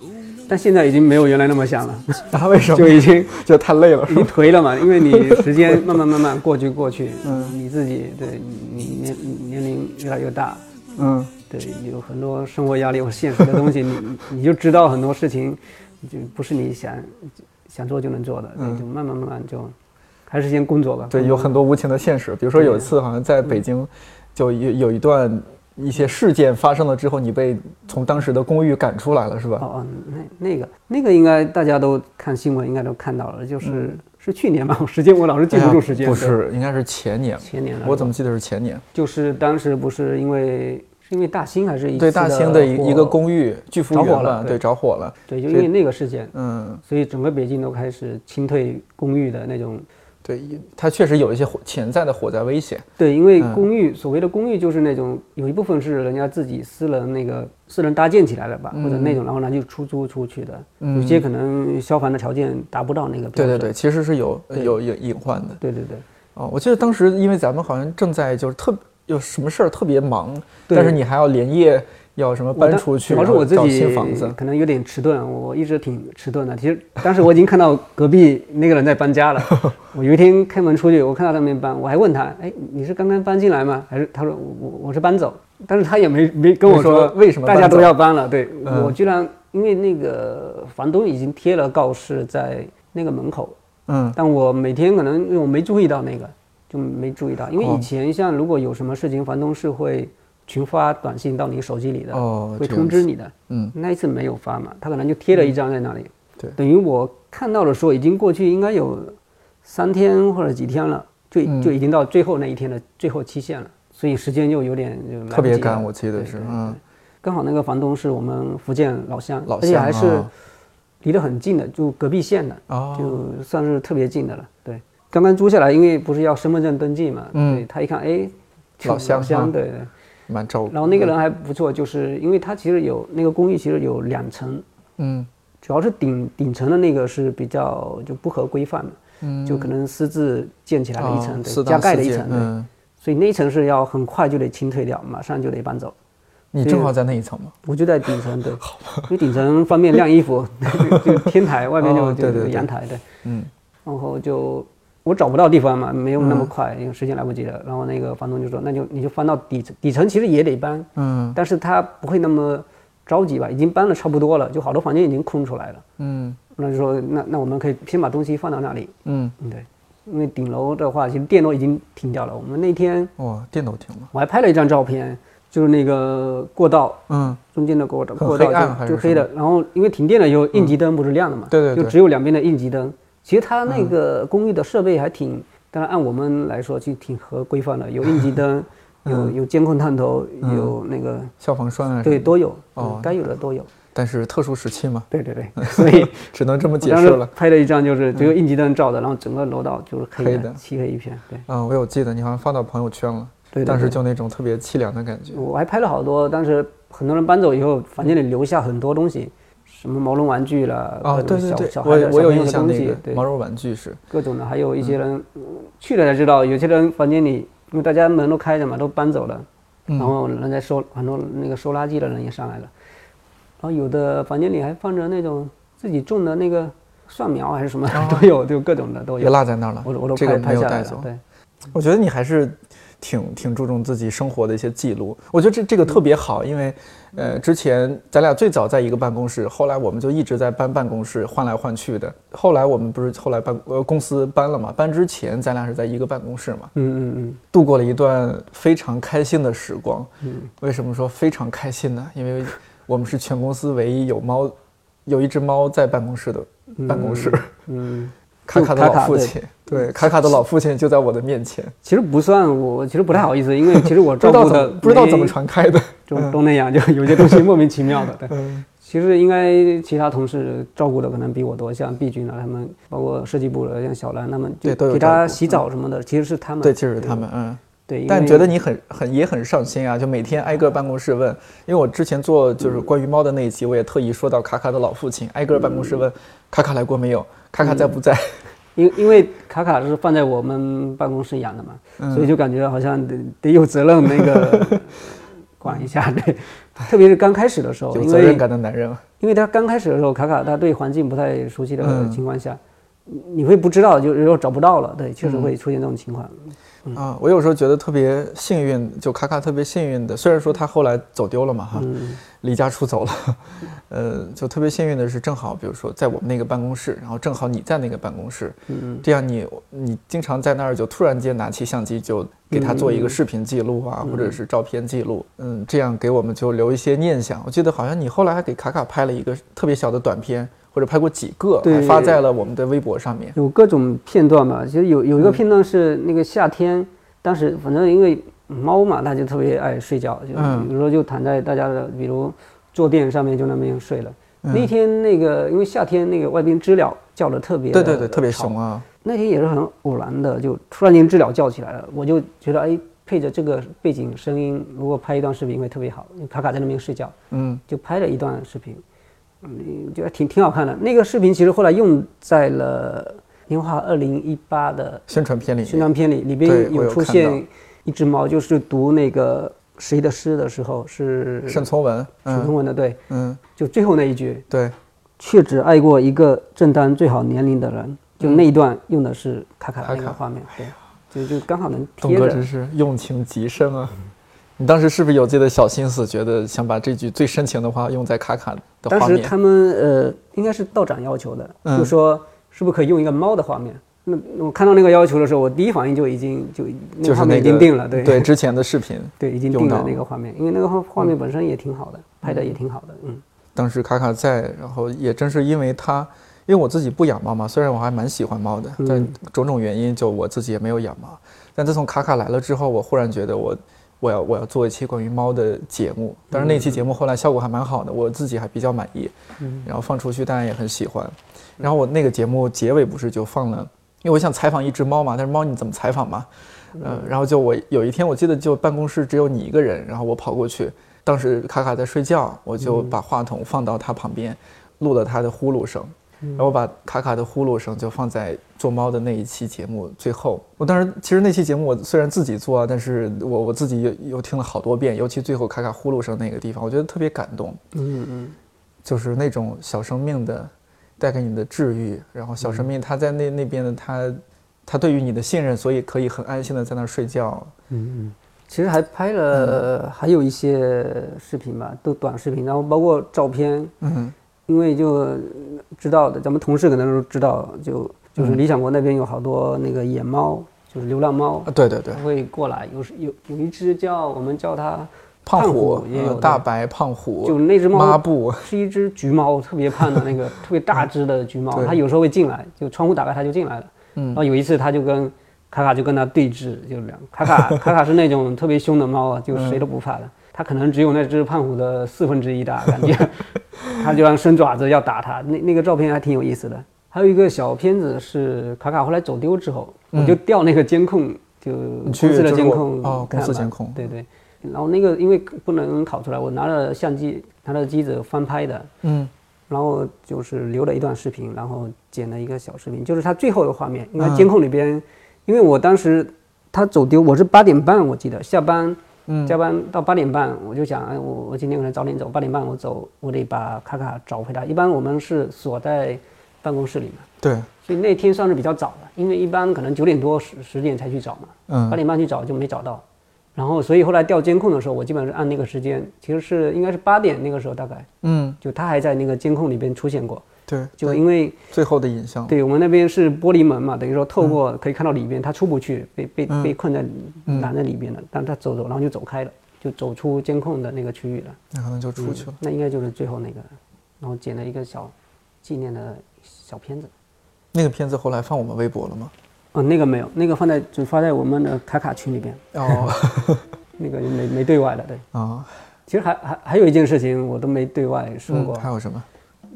Speaker 4: 但现在已经没有原来那么想了，
Speaker 2: 啊，为什么？
Speaker 4: 就已经
Speaker 2: 就太累了，是
Speaker 4: 已
Speaker 2: 吧
Speaker 4: 经？颓了嘛，因为你时间慢慢慢慢过去过去，嗯，你自己对你你年你年龄越来越大，
Speaker 2: 嗯，
Speaker 4: 对，有很多生活压力或现实的东西，你你你就知道很多事情就不是你想想做就能做的，对，就慢慢慢慢就还是先工作吧，
Speaker 2: 嗯对，有很多无情的现实。比如说有一次，好像在北
Speaker 4: 嗯
Speaker 2: 京，就有有一段一些事件发生了之后，你被从当时的公寓赶出来了，是吧？
Speaker 4: 哦哦，那那个那个应该大家都看新闻，应该都看到了，就是、是去年吧，我时间我老是记
Speaker 2: 嗯哎
Speaker 4: 不
Speaker 2: 呀
Speaker 4: 住时间，
Speaker 2: 不
Speaker 4: 对，
Speaker 2: 是，应该是前年。
Speaker 4: 前年了，
Speaker 2: 我怎么记得是前年？
Speaker 4: 就是当时不是因为是因为大兴还是一
Speaker 2: 对，
Speaker 4: 次
Speaker 2: 大兴的
Speaker 4: 火
Speaker 2: 一一个公寓巨幅
Speaker 4: 着
Speaker 2: 园
Speaker 4: 火了
Speaker 2: 吧，
Speaker 4: 对
Speaker 2: 对，着火了。
Speaker 4: 对，就因为那个事件，
Speaker 2: 嗯，
Speaker 4: 所以整个北京都开始清退公寓的那种。
Speaker 2: 对，它确实有一些火潜在的火灾危险。
Speaker 4: 对，因为
Speaker 2: 嗯
Speaker 4: 公寓、所谓的公寓就是那种有一部分是人家自己私人那个私人搭建起来的吧，或者
Speaker 2: 嗯
Speaker 4: 那种，然后呢就出租出去的，有些可能消防的条件达不到那个标
Speaker 2: 对对
Speaker 4: 准。
Speaker 2: 对，其实是有有有隐患的。
Speaker 4: 对对对。
Speaker 2: 哦，我记得当时因为咱们好像正在就是特有什么事儿特别忙，但是
Speaker 4: 对
Speaker 2: 你还要连夜要什么
Speaker 4: 我
Speaker 2: 搬
Speaker 4: 当
Speaker 2: 出去，
Speaker 4: 主要是我自
Speaker 2: 然后找
Speaker 4: 己
Speaker 2: 新房子。
Speaker 4: 可能有点迟钝，我一直挺迟钝的。其实当时我已经看到隔壁那个人在搬家 了。我有一天开门出去，我看到他们搬，我还问他：“哎，你是刚刚搬进来吗？”还是他说：“我我我是搬走。”但是他也没没跟我
Speaker 2: 没
Speaker 4: 说
Speaker 2: 说为什么搬
Speaker 4: 大
Speaker 2: 走
Speaker 4: 家都要搬了。对、
Speaker 2: 嗯
Speaker 4: 我居然因为那个房东已经贴了告示在那个门口，
Speaker 2: 嗯，
Speaker 4: 但我每天可能因为我没注意到那个，就没注意到，因为
Speaker 2: 哦
Speaker 4: 以前像如果有什么事情，房东是会群发短信到你手机里的，
Speaker 2: 哦
Speaker 4: 会
Speaker 2: 这样
Speaker 4: 通
Speaker 2: 子
Speaker 4: 知你的。
Speaker 2: 嗯，
Speaker 4: 那一次没有发嘛，他可能就贴了一张在那里。
Speaker 2: 对
Speaker 4: 等于我看到的时候，已经过去应该有三天或者几天了，就、
Speaker 2: 嗯
Speaker 4: 就已经到最后那一天的最后期限了，所以时间就有点就来不及了
Speaker 2: 特别赶，我记得
Speaker 4: 对
Speaker 2: 是
Speaker 4: 对，
Speaker 2: 嗯，
Speaker 4: 刚好那个房东是我们福建老乡，
Speaker 2: 老
Speaker 4: 而且
Speaker 2: 乡
Speaker 4: 还是
Speaker 2: 啊
Speaker 4: 离得很近的，就隔壁县的，
Speaker 2: 哦
Speaker 4: 就算是特别近的了。对，刚刚租下来，因为不是要身份证登记嘛，
Speaker 2: 嗯
Speaker 4: 对他一看，哎，
Speaker 2: 老乡
Speaker 4: 乡，
Speaker 2: 啊
Speaker 4: 对对，
Speaker 2: 蛮照顾。
Speaker 4: 然后那个人还不错，就是因为他其实有那个公寓，其实有两层，
Speaker 2: 嗯
Speaker 4: 主要是顶顶层的那个是比较就不合规范的，
Speaker 2: 嗯，
Speaker 4: 就可能私自建起来了一层，
Speaker 2: 啊
Speaker 4: 对，
Speaker 2: 四大
Speaker 4: 加盖了
Speaker 2: 世
Speaker 4: 一
Speaker 2: 界
Speaker 4: 层，对，
Speaker 2: 嗯，
Speaker 4: 所以那一层是要很快就得清退掉，马上就得搬走。
Speaker 2: 你正好在那一层嘛。
Speaker 4: 我就在顶层，对，因为顶层方便晾衣服， 就天台外面就
Speaker 2: 哦对
Speaker 4: 就
Speaker 2: 对
Speaker 4: 有
Speaker 2: 对
Speaker 4: 阳台，对，
Speaker 2: 嗯
Speaker 4: 然后就我找不到地方嘛，没有那么
Speaker 2: 嗯
Speaker 4: 快，因为时间来不及了。然后那个房东就说，那就你就翻到底层，底层其实也得搬，
Speaker 2: 嗯
Speaker 4: 但是他不会那么着急吧？已经搬了差不多了，就好多房间已经空出来了。
Speaker 2: 嗯
Speaker 4: 那就说，那那我们可以先把东西放到那里，
Speaker 2: 嗯，
Speaker 4: 嗯，对，因为顶楼的话，其实电都已经停掉了。我们那天
Speaker 2: 哇，电都停了。
Speaker 4: 我还拍了一张照片，就是那个过道
Speaker 2: 嗯
Speaker 4: 中间的过道，
Speaker 2: 很
Speaker 4: 过
Speaker 2: 黑暗还
Speaker 4: 道
Speaker 2: 是
Speaker 4: 就
Speaker 2: 什
Speaker 4: 就
Speaker 2: 嗯
Speaker 4: 黑的。然后因为停电了以后，应急灯不是亮的嘛？
Speaker 2: 对对对嗯
Speaker 4: 就只有两边的应急灯。其实它那个公寓的设备还挺，当然按我们来说，其实挺合规范的，有应急灯，
Speaker 2: 嗯
Speaker 4: 有有监控探头，有那个，
Speaker 2: 消防栓啊，
Speaker 4: 对，。都有，
Speaker 2: 嗯哦
Speaker 4: 嗯该有的都有。
Speaker 2: 但是特殊时期 嘛，
Speaker 4: 对对对，所以
Speaker 2: 只能这么
Speaker 4: 我
Speaker 2: 解
Speaker 4: 当
Speaker 2: 释
Speaker 4: 时
Speaker 2: 了。嗯
Speaker 4: 拍了一张，就是只有应急灯照的，然后整个楼道就是黑
Speaker 2: 黑
Speaker 4: 的
Speaker 2: 的，
Speaker 4: 漆黑一片。对
Speaker 2: 嗯，我有记得你好像发到朋友圈了，
Speaker 4: 对对
Speaker 2: 当时
Speaker 4: 对
Speaker 2: 就那种特别凄凉的感觉。
Speaker 4: 我还拍了好多，当时很多人搬走以后，房间里留下很多东西，什么毛绒玩具啦，
Speaker 2: 啊，
Speaker 4: 各
Speaker 2: 对对
Speaker 4: 种小
Speaker 2: 对
Speaker 4: 呃小，孩
Speaker 2: 我
Speaker 4: 的
Speaker 2: 我
Speaker 4: 小
Speaker 2: 有
Speaker 4: 朋友
Speaker 2: 印
Speaker 4: 的
Speaker 2: 象
Speaker 4: 东
Speaker 2: 那
Speaker 4: 西，
Speaker 2: 个
Speaker 4: 对
Speaker 2: 毛，绒玩具是，
Speaker 4: 各种的，还有一些人嗯去了才知道，有些人房间里因为大家门都开着嘛，都搬走了，
Speaker 2: 嗯
Speaker 4: 然后人家收很多那个收垃圾的人也上来了，然后有的房间里还放着那种自己种的那个蒜苗还是什么都有，就各种的都
Speaker 2: 也
Speaker 4: 有。
Speaker 2: 落在那儿了。
Speaker 4: 我都我都
Speaker 2: 哦这
Speaker 4: 拍
Speaker 2: 个没
Speaker 4: 拍
Speaker 2: 有
Speaker 4: 下来
Speaker 2: 带
Speaker 4: 了
Speaker 2: 走，。
Speaker 4: 对。
Speaker 2: 我觉得你还是挺挺注重自己生活的一些记录，我觉得这这个特别好，因为，呃，之前咱俩最早在一个办公室，后来我们就一直在搬办公室，换来换去的。后来我们不是后来办呃公司搬了嘛，搬之前咱俩是在一个办公室嘛，
Speaker 4: 嗯嗯嗯，
Speaker 2: 度过了一段非常开心的时光。为什么说非常开心呢？因为我们是全公司唯一有猫，有一只猫在办公室的办公室。
Speaker 4: 嗯，
Speaker 2: 卡嗯卡的
Speaker 4: 卡
Speaker 2: 老
Speaker 4: 卡
Speaker 2: 父
Speaker 4: 对
Speaker 2: 亲，对，卡卡的老父亲就在我的面前。
Speaker 4: 其实不算，我其实不太好意思，因为其实我
Speaker 2: 不
Speaker 4: 照
Speaker 2: 知道
Speaker 4: 顾
Speaker 2: 怎
Speaker 4: 的
Speaker 2: 么不知道怎么，传开的。
Speaker 4: 就都那样，就有些东西莫名其妙的。对，
Speaker 2: 嗯
Speaker 4: 其实应该其他同事照顾的可能比我多，像毕军啊他们，包括设计部的像小兰他们，就
Speaker 2: 对都有
Speaker 4: 给
Speaker 2: 照
Speaker 4: 他
Speaker 2: 顾嗯
Speaker 4: 洗澡什么的，其实是他们。
Speaker 2: 对，其实是他们，嗯。
Speaker 4: 对，因
Speaker 2: 但
Speaker 4: 为
Speaker 2: 觉得你很很也很上心啊，就每天挨个办公室问。因为我之前做就是关于猫的那一期，我也特意说到卡卡的老父亲，挨个办公室问卡卡来过没有，卡卡在不在。
Speaker 4: 因因为卡卡是放在我们办公室养的嘛，
Speaker 2: 嗯
Speaker 4: 所以就感觉好像得得有责任 那个管一下，对，特别是刚开始的时候，
Speaker 2: 有
Speaker 4: 因
Speaker 2: 责
Speaker 4: 为
Speaker 2: 任感的男人，
Speaker 4: 因为他刚开始的时候，卡卡他对环境不太熟悉的
Speaker 2: 嗯
Speaker 4: 情况下，你你会不知道，就是又找不到了，对，确实会出现这种情况。嗯
Speaker 2: 啊，我有时候觉得特别幸运，就卡卡特别幸运的，虽然说他后来走丢了嘛哈，
Speaker 4: 嗯
Speaker 2: 离家出走了，呃，就特别幸运的是正好，比如说在我们那个办公室，然后正好你在那个办公室，
Speaker 4: 嗯，
Speaker 2: 这样你你经常在那儿就突然间拿起相机就给他做一
Speaker 4: 嗯
Speaker 2: 个视频记录啊，或者是照片记录，嗯，这样给我们就留一些念想。我记得好像你后来还给卡卡拍了一个特别小的短片，或者拍过几个，还
Speaker 4: 对
Speaker 2: 发在了我们的微博上面。
Speaker 4: 有各种片段嘛，其实有有一个片段是那个夏天，当时反正因为猫嘛，它就特别爱睡觉，就
Speaker 2: 嗯
Speaker 4: 比如说就躺在大家的，比如坐垫上面就那边睡了。
Speaker 2: 嗯
Speaker 4: 那天那个因为夏天那个外边知了叫的特别
Speaker 2: 对对对，特别
Speaker 4: 吵
Speaker 2: 熊啊，
Speaker 4: 那天也是很偶然的，就突然间知了叫起来了，我就觉得哎，配着这个背景声音，如果拍一段视频会特别好。因为卡卡在那边睡觉，
Speaker 2: 嗯
Speaker 4: 就拍了一段视频，嗯，觉得挺挺好看的。那个视频其实后来用在了《年华二零一八》的
Speaker 2: 宣传片里面
Speaker 4: 宣传片里，里
Speaker 2: 对
Speaker 4: 边
Speaker 2: 我有
Speaker 4: 出
Speaker 2: 看到
Speaker 4: 现一只猫，就是读那个谁的诗的时候是
Speaker 2: 沈从文，
Speaker 4: 沈从
Speaker 2: 嗯
Speaker 4: 文的，对，
Speaker 2: 嗯，
Speaker 4: 就最后那一句
Speaker 2: 对，
Speaker 4: “却只爱过一个正当最好年龄的人”，就那一段用的是卡卡的那
Speaker 2: 嗯卡
Speaker 4: 个
Speaker 2: 卡
Speaker 4: 画面，对，就就刚好能
Speaker 2: 东
Speaker 4: 贴
Speaker 2: 哥真
Speaker 4: 着。
Speaker 2: 是用情极深啊！你当时是不是有自己的小心思，觉得想把这句最深情的话用在卡卡的
Speaker 4: 当
Speaker 2: 画
Speaker 4: 时
Speaker 2: 面
Speaker 4: 他？们呃，应该是道长要求的，
Speaker 2: 嗯
Speaker 4: 就说是不是可以用一个猫的画面。那那我看到那个要求的时候，我第一反应就已经就那
Speaker 2: 就
Speaker 4: 个
Speaker 2: 是
Speaker 4: 画
Speaker 2: 那个
Speaker 4: 面已经定了，对
Speaker 2: 对之前的视频，
Speaker 4: 对已经
Speaker 2: 用
Speaker 4: 定
Speaker 2: 到
Speaker 4: 了
Speaker 2: 了嗯
Speaker 4: 那个画面，因为那个画画面本身也挺好的，拍的也挺好的，嗯
Speaker 2: 当时卡卡在，然后也正是因为他，因为我自己不养猫嘛，虽然我还蛮喜欢猫的，但种种原因就我自己也没有养猫。但自从卡卡来了之后，我忽然觉得我我要我要做一期关于猫的节目。当然那期节目后来效果还蛮好的，我自己还比较满意，然后放出去大家也很喜欢。然后我那个节目结尾不是就放了因为我想采访一只猫嘛，但是猫你怎么采访嘛？呃，然后就我有一天我记得就办公室只有你一个人，然后我跑过去，当时卡卡在睡觉，我就把话筒放到他旁边，录了他的呼噜声，然后我把卡卡的呼噜声就放在做猫的那一期节目最后。我当时其实那期节目我虽然自己做啊，但是我我自己又又听了好多遍，尤其最后卡卡呼噜声那个地方，我觉得特别感动。
Speaker 4: 嗯嗯
Speaker 2: 就是那种小生命的带给你的治愈，然后小生命它在那那边的它，它对于你的信任，所以可以很安心的在那儿睡觉。
Speaker 4: 嗯嗯，其实还拍了、
Speaker 2: 嗯
Speaker 4: 还有一些视频吧，都短视频，然后包括照片，
Speaker 2: 嗯
Speaker 4: 因为就呃知道的，咱们同事可能都知道，就
Speaker 2: 嗯
Speaker 4: 就是理想国那边有好多那个野猫，就是流浪猫
Speaker 2: 啊，，对对对
Speaker 4: 它，会过来，有时有有一只叫我们叫它
Speaker 2: 胖
Speaker 4: 虎
Speaker 2: 虎，
Speaker 4: 也有
Speaker 2: 呃
Speaker 4: 的
Speaker 2: 大白胖虎，
Speaker 4: 就那只猫
Speaker 2: 抹布，
Speaker 4: 是一只橘猫，特别胖的那个 特别大只的橘猫，
Speaker 2: 对
Speaker 4: 它有时候会进来，就窗户打开它就进来了。
Speaker 2: 嗯
Speaker 4: 然后有一次它就跟卡卡就跟它对峙，就两卡卡 卡卡是那种特别凶的猫啊，就谁都不怕的。它可能只有那只胖虎的四分之一大，感 觉它就让伸爪子要打它。那那个照片还挺有意思的。还有一个小片子是卡卡后来走丢之后，我就调那个监控，就公
Speaker 2: 嗯去
Speaker 4: 司的
Speaker 2: 就是
Speaker 4: 监
Speaker 2: 我
Speaker 4: 控
Speaker 2: 哦公
Speaker 4: 看
Speaker 2: 司
Speaker 4: 吧
Speaker 2: 监控
Speaker 4: 对对。然后那个因为不能拷出来，我拿了相机，拿了机子翻拍的，
Speaker 2: 嗯
Speaker 4: 然后就是留了一段视频，然后剪了一个小视频，就是他最后的画面。因为
Speaker 2: 嗯
Speaker 4: 监控里边，因为我当时他走丢，我是八点半我记得下班，
Speaker 2: 嗯
Speaker 4: 加班到八点半，我就想，哎，我我今天可能早点走，八点半我走，我得把卡卡找回来。一般我们是锁在办公室里嘛，
Speaker 2: 对，
Speaker 4: 所以那天算是比较早的，因为一般可能九点多十十点才去找嘛，
Speaker 2: 嗯
Speaker 4: 八点半去找就没找到。然后，所以后来调监控的时候，我基本上是按那个时间，其实是应该是八点那个时候大概，
Speaker 2: 嗯，
Speaker 4: 就他还在那个监控里边出现过。
Speaker 2: 对，
Speaker 4: 就
Speaker 2: 对
Speaker 4: 因为
Speaker 2: 最后的影像，
Speaker 4: 对我们那边是玻璃门嘛，等于说透过
Speaker 2: 嗯
Speaker 4: 可以看到里边，他出不去，被被被困在拦在里边了。但他走走，然后就走开了，就走出监控的那个区域了。嗯
Speaker 2: 那可能就出去了。
Speaker 4: 那应该就是最后那个，然后剪了一个小纪念的小片子。
Speaker 2: 那个片子后来放我们微博了吗？
Speaker 4: 哦，那个没有，那个放在只发在我们的卡卡群里边，
Speaker 2: 哦
Speaker 4: 那个没没对外的。对，
Speaker 2: 啊，
Speaker 4: 其实还还还有一件事情我都没对外说
Speaker 2: 嗯
Speaker 4: 过，
Speaker 2: 还有什么？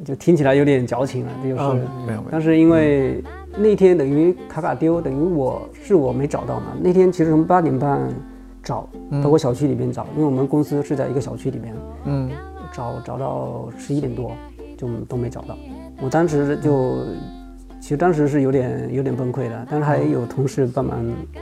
Speaker 4: 就听起来有点矫情了，这就是。
Speaker 2: 嗯，没有没有
Speaker 4: 但，是因为那天等于卡卡丢，等于我是我没找到嘛。那天其实从八点半找，包括小区里边找，因为我们公司是在一个小区里边
Speaker 2: 嗯
Speaker 4: 找，找到十一点多就都没找到。我当时就，其实当时是有点有点崩溃的，但是还有同事帮忙，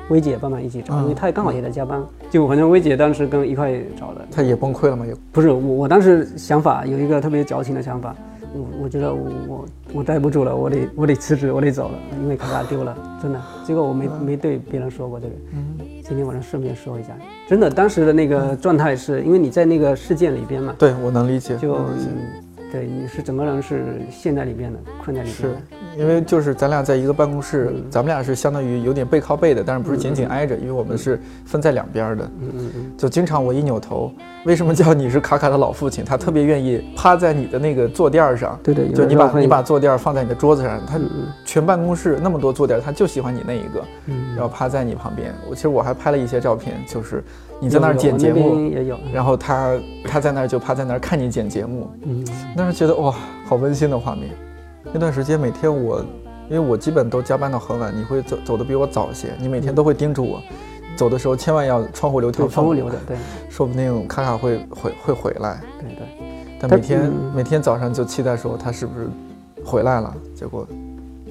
Speaker 4: 薇姐帮忙一起找，因为她刚好也在加班，就反正薇姐当时跟一块找的，
Speaker 2: 他也崩溃了嘛，也
Speaker 4: 不是我，我当时想法有一个特别矫情的想法，我我觉得我我我待不住了，我得我得辞职，我得走了，因为卡卡丢了，真的。结果我没
Speaker 2: 嗯
Speaker 4: 没对别人说过这个，今天晚上顺便说一下，真的，当时的那
Speaker 2: 嗯
Speaker 4: 个状态是因为你在那个事件里边嘛，
Speaker 2: 对我能理解，
Speaker 4: 就
Speaker 2: 能理解
Speaker 4: 对你是整个人是陷在里边的，困在里边
Speaker 2: 是
Speaker 4: 的。
Speaker 2: 因为就是咱俩在一个办公室，
Speaker 4: 嗯
Speaker 2: 咱们俩是相当于有点背靠背的，但是不是紧紧挨着，因为我们是分在两边儿的。
Speaker 4: 嗯嗯嗯，
Speaker 2: 就经常我一扭头，为什么叫你是卡卡的老父亲？他特别愿意趴在你的那个坐垫儿上，
Speaker 4: 对对，有
Speaker 2: 就
Speaker 4: 的
Speaker 2: 你
Speaker 4: 时候
Speaker 2: 把
Speaker 4: 会
Speaker 2: 你把坐垫儿放在你的桌子上，他
Speaker 4: 嗯嗯
Speaker 2: 全办公室那么多坐垫儿，他就喜欢你那一个，
Speaker 4: 嗯，
Speaker 2: 然后趴在你旁边。我其实我还拍了一些照片，就是你在那儿
Speaker 4: 有
Speaker 2: 剪
Speaker 4: 我
Speaker 2: 节
Speaker 4: 那
Speaker 2: 目，
Speaker 4: 边也有，
Speaker 2: 然后他他在那儿就趴在那儿看你剪节目，
Speaker 4: 嗯
Speaker 2: 那时候觉得哇，好温馨的画面。那段时间每天我，因为我基本都加班到很晚，你会走走的比我早些，你每天都会叮嘱我，走的时候千万要窗户留条
Speaker 4: 对，窗户
Speaker 2: 缝，
Speaker 4: 留的，对
Speaker 2: 说不定卡卡会会会回来。
Speaker 4: 对对。
Speaker 2: 但
Speaker 4: 他
Speaker 2: 每天、
Speaker 4: 嗯
Speaker 2: 每天早上就期待说他是不是回来了，结果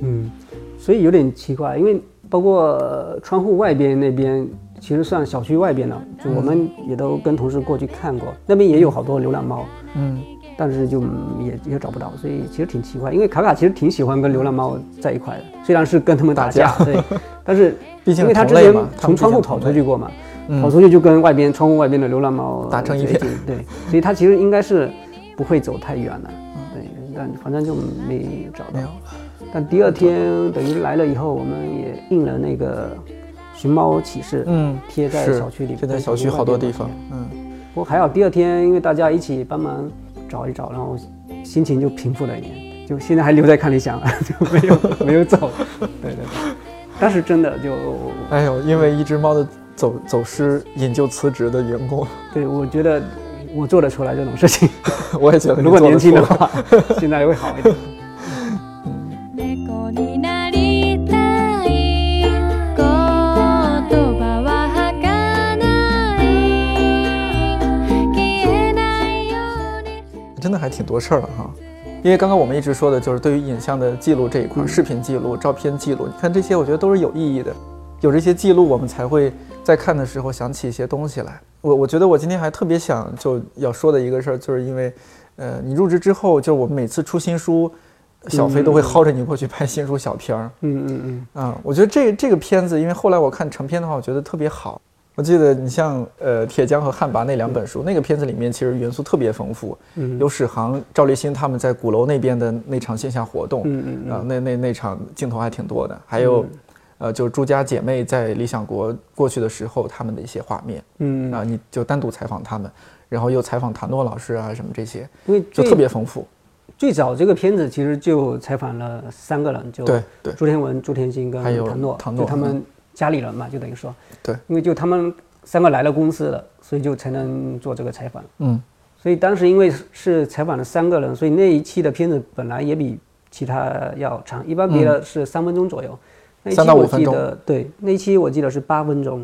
Speaker 4: 嗯，所以有点奇怪，因为包括呃窗户外边那边，其实算小区外边的，就
Speaker 2: 嗯
Speaker 4: 我们也都跟同事过去看过，那边也有好多流浪猫，
Speaker 2: 嗯
Speaker 4: 但是就嗯也也找不到，所以其实挺奇怪。因为卡卡其实挺喜欢跟流浪猫在一块的，虽然是跟他们打架，对，但是
Speaker 2: 毕竟
Speaker 4: 因为他之
Speaker 2: 同类
Speaker 4: 前
Speaker 2: 嘛，他
Speaker 4: 从
Speaker 2: 们
Speaker 4: 窗户
Speaker 2: 毕竟
Speaker 4: 跑
Speaker 2: 同
Speaker 4: 出
Speaker 2: 类
Speaker 4: 去，过嘛，
Speaker 2: 嗯
Speaker 4: 跑出去就跟外边窗户外边的流浪猫
Speaker 2: 打成一
Speaker 4: 就
Speaker 2: 片
Speaker 4: 挺，对，所以它其实应该是不会走太远的，对，但反正就没找
Speaker 2: 没有
Speaker 4: 到。但第二天等于来了以后，我们也印了那个寻猫启事，
Speaker 2: 嗯
Speaker 4: 贴在
Speaker 2: 是
Speaker 4: 小区里，
Speaker 2: 贴在小区好多地方
Speaker 4: 外面。
Speaker 2: 嗯
Speaker 4: 不过还好，第二天因为大家一起帮忙找一找，然后心情就平复了一点。就现在还留在看理想， 就没有没有走。 对对对，但是真的就
Speaker 2: 哎呦，因为一只猫的走走失引咎辞职的员工，
Speaker 4: 对我觉得我做得出来这种事情。
Speaker 2: 我也觉得你
Speaker 4: 如果
Speaker 2: 做得
Speaker 4: 年轻的
Speaker 2: 出 来
Speaker 4: 话，现在会好一点。
Speaker 6: 猫になりたい
Speaker 2: 挺多事儿了哈。因为刚刚我们一直说的就是对于影像的记录这一
Speaker 4: 嗯
Speaker 2: 块，视频记录、照片记录，你看这些，我觉得都是有意义的。有这些记录，我们才会在看的时候想起一些东西来。我我觉得我今天还特别想就要说的一个事儿，就是因为，呃，你入职之后，就是我们每次出新书，小飞都会薅着你过去拍新书小片儿。
Speaker 4: 嗯嗯嗯，
Speaker 2: 啊、我觉得这这个片子，因为后来我看成片的话，我觉得特别好。我记得你像呃《铁匠》和《汉魃》那两本书，那个片子里面其实元素特别丰富，
Speaker 4: 嗯
Speaker 2: 有史航、赵立新他们在鼓楼那边的那场线下活动，
Speaker 4: 嗯嗯嗯
Speaker 2: 啊、那那那场镜头还挺多的，还有，呃，就是朱家姐妹在理想国过去的时候，他们的一些画面，
Speaker 4: 嗯
Speaker 2: 啊、你就单独采访他们，然后又采访谭诺老师啊什么这些，
Speaker 4: 因为
Speaker 2: 就
Speaker 4: 最
Speaker 2: 特别丰富，
Speaker 4: 最早这个片子其实就采访了三个人，就
Speaker 2: 对对
Speaker 4: 朱天文、朱天心跟
Speaker 2: 还有
Speaker 4: 唐诺，
Speaker 2: 唐诺
Speaker 4: 就他们家里人嘛，就等于说，
Speaker 2: 对，
Speaker 4: 因为就他们三个来了公司了，所以就才能做这个采访。
Speaker 2: 嗯
Speaker 4: 所以当时因为是采访了三个人，所以那一期的片子本来也比其他要长，一般别的是三分钟左右，那一
Speaker 2: 嗯
Speaker 4: 期
Speaker 2: 三到五
Speaker 4: 我
Speaker 2: 分
Speaker 4: 记
Speaker 2: 钟
Speaker 4: 得对，那一期我记得是八分钟，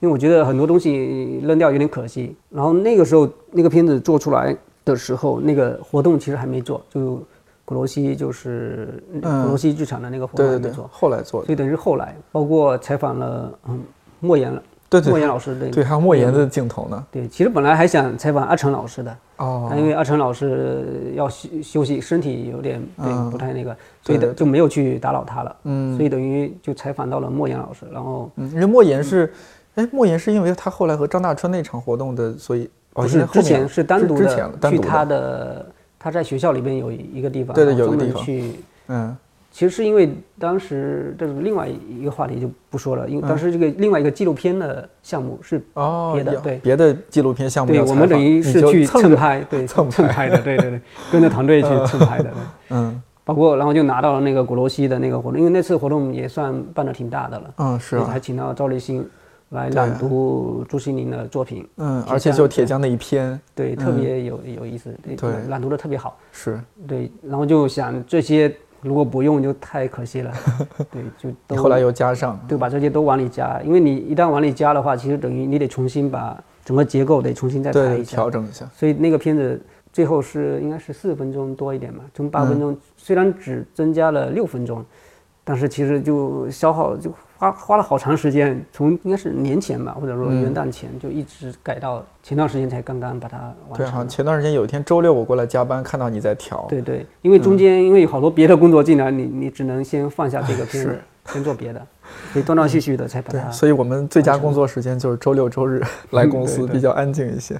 Speaker 4: 因为我觉得很多东西扔掉有点可惜。然后那个时候那个片子做出来的时候，那个活动其实还没做，就古罗西就是古
Speaker 2: 嗯
Speaker 4: 罗西剧场的那个活
Speaker 2: 对
Speaker 4: 动还
Speaker 2: 对
Speaker 4: 没
Speaker 2: 对
Speaker 4: 做，，
Speaker 2: 后来做
Speaker 4: 所以
Speaker 2: 的，
Speaker 4: 等于是后来包括采访了嗯莫言了，
Speaker 2: 对对
Speaker 4: 莫言老师对
Speaker 2: 对，还有莫言的镜头呢，
Speaker 4: 对，其实本来还想采访阿成老师的。
Speaker 2: 哦
Speaker 4: 啊，因为阿成老师要休休息，身体有点对不太那个，所
Speaker 2: 嗯对
Speaker 4: 以
Speaker 2: 对
Speaker 4: 等就没有去打扰他了。
Speaker 2: 嗯
Speaker 4: 所以等于就采访到了莫言老师，然后
Speaker 2: 嗯，因为莫言是，哎，莫言是因为他后来和张大春那场活动的，所以哦，应
Speaker 4: 不是
Speaker 2: 该后
Speaker 4: 之
Speaker 2: 面
Speaker 4: 前是单独
Speaker 2: 之之前
Speaker 4: 的
Speaker 2: 了单
Speaker 4: 去
Speaker 2: 独
Speaker 4: 他的，他在学校里边有一个地方，
Speaker 2: 对对
Speaker 4: 然
Speaker 2: 有
Speaker 4: 后
Speaker 2: 一个
Speaker 4: 专门
Speaker 2: 地方
Speaker 4: 去。
Speaker 2: 嗯
Speaker 4: 其实是因为当时这是另外一个话题就不说了，因为当时这个另外一个纪录片的项目是
Speaker 2: 嗯哦
Speaker 4: 别的
Speaker 2: 有
Speaker 4: 对
Speaker 2: 别的纪录片项目
Speaker 4: 对
Speaker 2: 要
Speaker 4: 我
Speaker 2: 采
Speaker 4: 们
Speaker 2: 访
Speaker 4: 等于
Speaker 2: 你
Speaker 4: 是
Speaker 2: 就
Speaker 4: 去
Speaker 2: 蹭
Speaker 4: 蹭
Speaker 2: 着
Speaker 4: 拍，对
Speaker 2: 蹭
Speaker 4: 蹭拍的，对 对对，跟着团队去蹭拍的。对
Speaker 2: 嗯
Speaker 4: 包括然后就拿到了那个鼓楼西的那个活动，因为那次活动也算办的挺大的了，
Speaker 2: 嗯是
Speaker 4: 还
Speaker 2: 啊
Speaker 4: 请到赵立新来朗读朱西宁的作品，
Speaker 2: 嗯，
Speaker 4: 铁
Speaker 2: 而且
Speaker 4: 匠
Speaker 2: 就铁匠那一篇
Speaker 4: 对，特别有有意思，对，
Speaker 2: 嗯对
Speaker 4: 朗朗读的特别好，
Speaker 2: 是，
Speaker 4: 对，然后就想这些如果不用就太可惜 了，对，就
Speaker 2: 你
Speaker 4: 都
Speaker 2: 后来又加上
Speaker 4: 对把这些都往里加，因为你一旦往里加的话，其实等于你得重新把整个结构得重新再排
Speaker 2: 对
Speaker 4: 一下，
Speaker 2: 调整一下，
Speaker 4: 所以那个片子最后是应该是四分钟多一点嘛，从八分钟、
Speaker 2: 嗯
Speaker 4: 虽然只增加了六分钟，但是其实就消耗就花花了好长时间，从应该是年前吧，或者说元旦前、就一直改到前段时间才刚刚把它完
Speaker 2: 对，好像
Speaker 4: 成了。
Speaker 2: 前段时间有一天周六我过来加班，看到你在调，
Speaker 4: 对对，因为中间因为有好多别的工作进来，你你只能先放下这个片子
Speaker 2: 是，
Speaker 4: 先做别的，所以断断续续的才把它。嗯
Speaker 2: 所以我们最佳工作时间就是周六周日来公司，比较安静一些。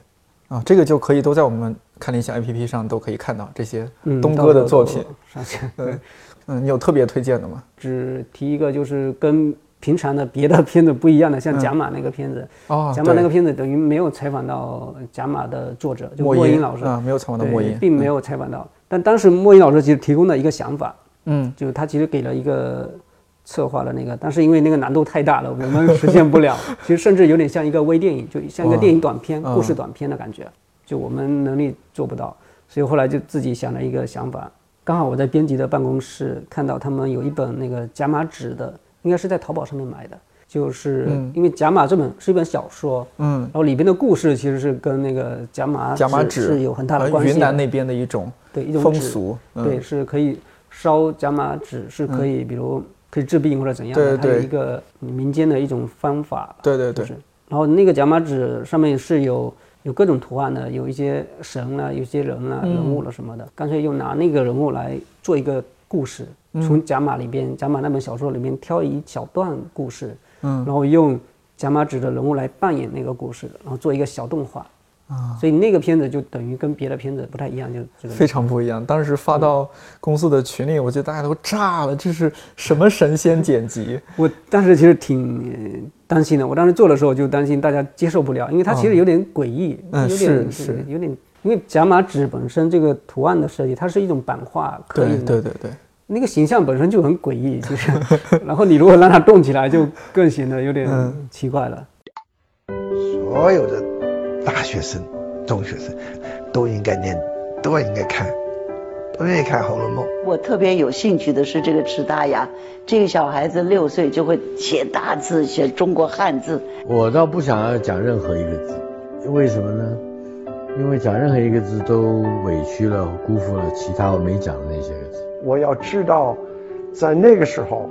Speaker 2: 啊，这个就可以都在我们看理想 APP 上都可以看到这些
Speaker 4: 嗯
Speaker 2: 东
Speaker 4: 到
Speaker 2: 哥
Speaker 4: 时
Speaker 2: 的
Speaker 4: 候
Speaker 2: 作
Speaker 4: 都
Speaker 2: 品。
Speaker 4: 上线。
Speaker 2: 嗯，嗯，你有特别推荐的吗？
Speaker 4: 只提一个，就是跟平常的别的片子不一样的，像
Speaker 2: 嗯
Speaker 4: 贾马那个片子，
Speaker 2: 哦
Speaker 4: 贾马那
Speaker 2: 对
Speaker 4: 个片子等于没有采访到贾马的作者，就
Speaker 2: 莫
Speaker 4: 莫
Speaker 2: 言
Speaker 4: 老师，
Speaker 2: 啊没有采访到
Speaker 4: 对
Speaker 2: 莫言
Speaker 4: 并没有采访到。但当时莫言老师其实提供了一个想法，
Speaker 2: 嗯，
Speaker 4: 就是他其实给了一个策划的那个，但是因为那个难度太大了，我们实 现不了。其实甚至有点像一个微电影，就像一个电影短片、
Speaker 2: 嗯
Speaker 4: 故事短片的感觉，就我们能力做不到，所以后来就自己想了一个想法。刚好我在编辑的办公室看到他们有一本那个贾马纸的，应该是在淘宝上面买的，就是因为贾马这本是一本小说，
Speaker 2: 嗯
Speaker 4: 然后里边的故事其实是跟那个贾马
Speaker 2: 贾马
Speaker 4: 纸
Speaker 2: 纸
Speaker 4: 是有很大的
Speaker 2: 呃
Speaker 4: 关系的。
Speaker 2: 云南那边的一种
Speaker 4: 对一种
Speaker 2: 风
Speaker 4: 纸
Speaker 2: 俗，嗯
Speaker 4: 对，是可以烧伽马纸，是可以，比如可以治病或者怎样
Speaker 2: 对
Speaker 4: 的，它
Speaker 2: 对
Speaker 4: 有一个民间的一种方法。
Speaker 2: 对对对
Speaker 4: 就是。然后那个伽马纸上面是有有各种图案的，有一些神啊，有一些人啊、人物了什么的，干脆又拿那个人物来做一个故事，从伽马里边伽马那本小说里面挑一小段故事，嗯，然后用伽马纸的人物来扮演那个故事，然后做一个小动画。啊，所以那个片子就等于跟别的片子不太一样，就这个
Speaker 2: 非常不一样。当时发
Speaker 4: 嗯
Speaker 2: 到公司的群里，我觉得大家都炸了，这是什么神仙剪辑？
Speaker 4: 我当时其实挺呃担心的，我当时做的时候就担心大家接受不了，因为它其实有点诡异，
Speaker 2: 嗯
Speaker 4: 有
Speaker 2: 是
Speaker 4: 点
Speaker 2: 是
Speaker 4: 有点，因为甲马纸本身这个图案的设计，它是一种版画刻
Speaker 2: 对
Speaker 4: 印的，
Speaker 2: 对对对，
Speaker 4: 那个形象本身就很诡异，其 实，然后你如果让它动起来，就更显得有点
Speaker 2: 嗯
Speaker 4: 奇怪了。
Speaker 6: 所有的大学生、中学生都应该念，都应该看，都愿意看《红楼梦》。
Speaker 7: 我特别有兴趣的是这个池大牙，这个小孩子六岁就会写大字，写中国汉字，
Speaker 8: 我倒不想要讲任何一个字，为什么呢？因为讲任何一个字都委屈了、辜负了其他我没讲的那些个字。
Speaker 9: 我要知道，在那个时候，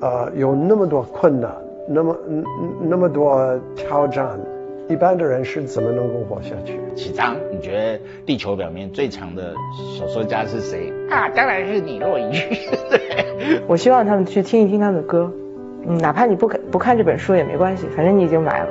Speaker 9: 呃，有那么多困难，那么嗯那么多挑战，一般的人是怎么能够活下去？
Speaker 10: 启昌，你觉得地球表面最强的小说家是谁？啊，当然是你若愚。对
Speaker 11: 我希望他们去听一听他们的歌，嗯，哪怕你不看不看这本书也没关系，反正你已经买了。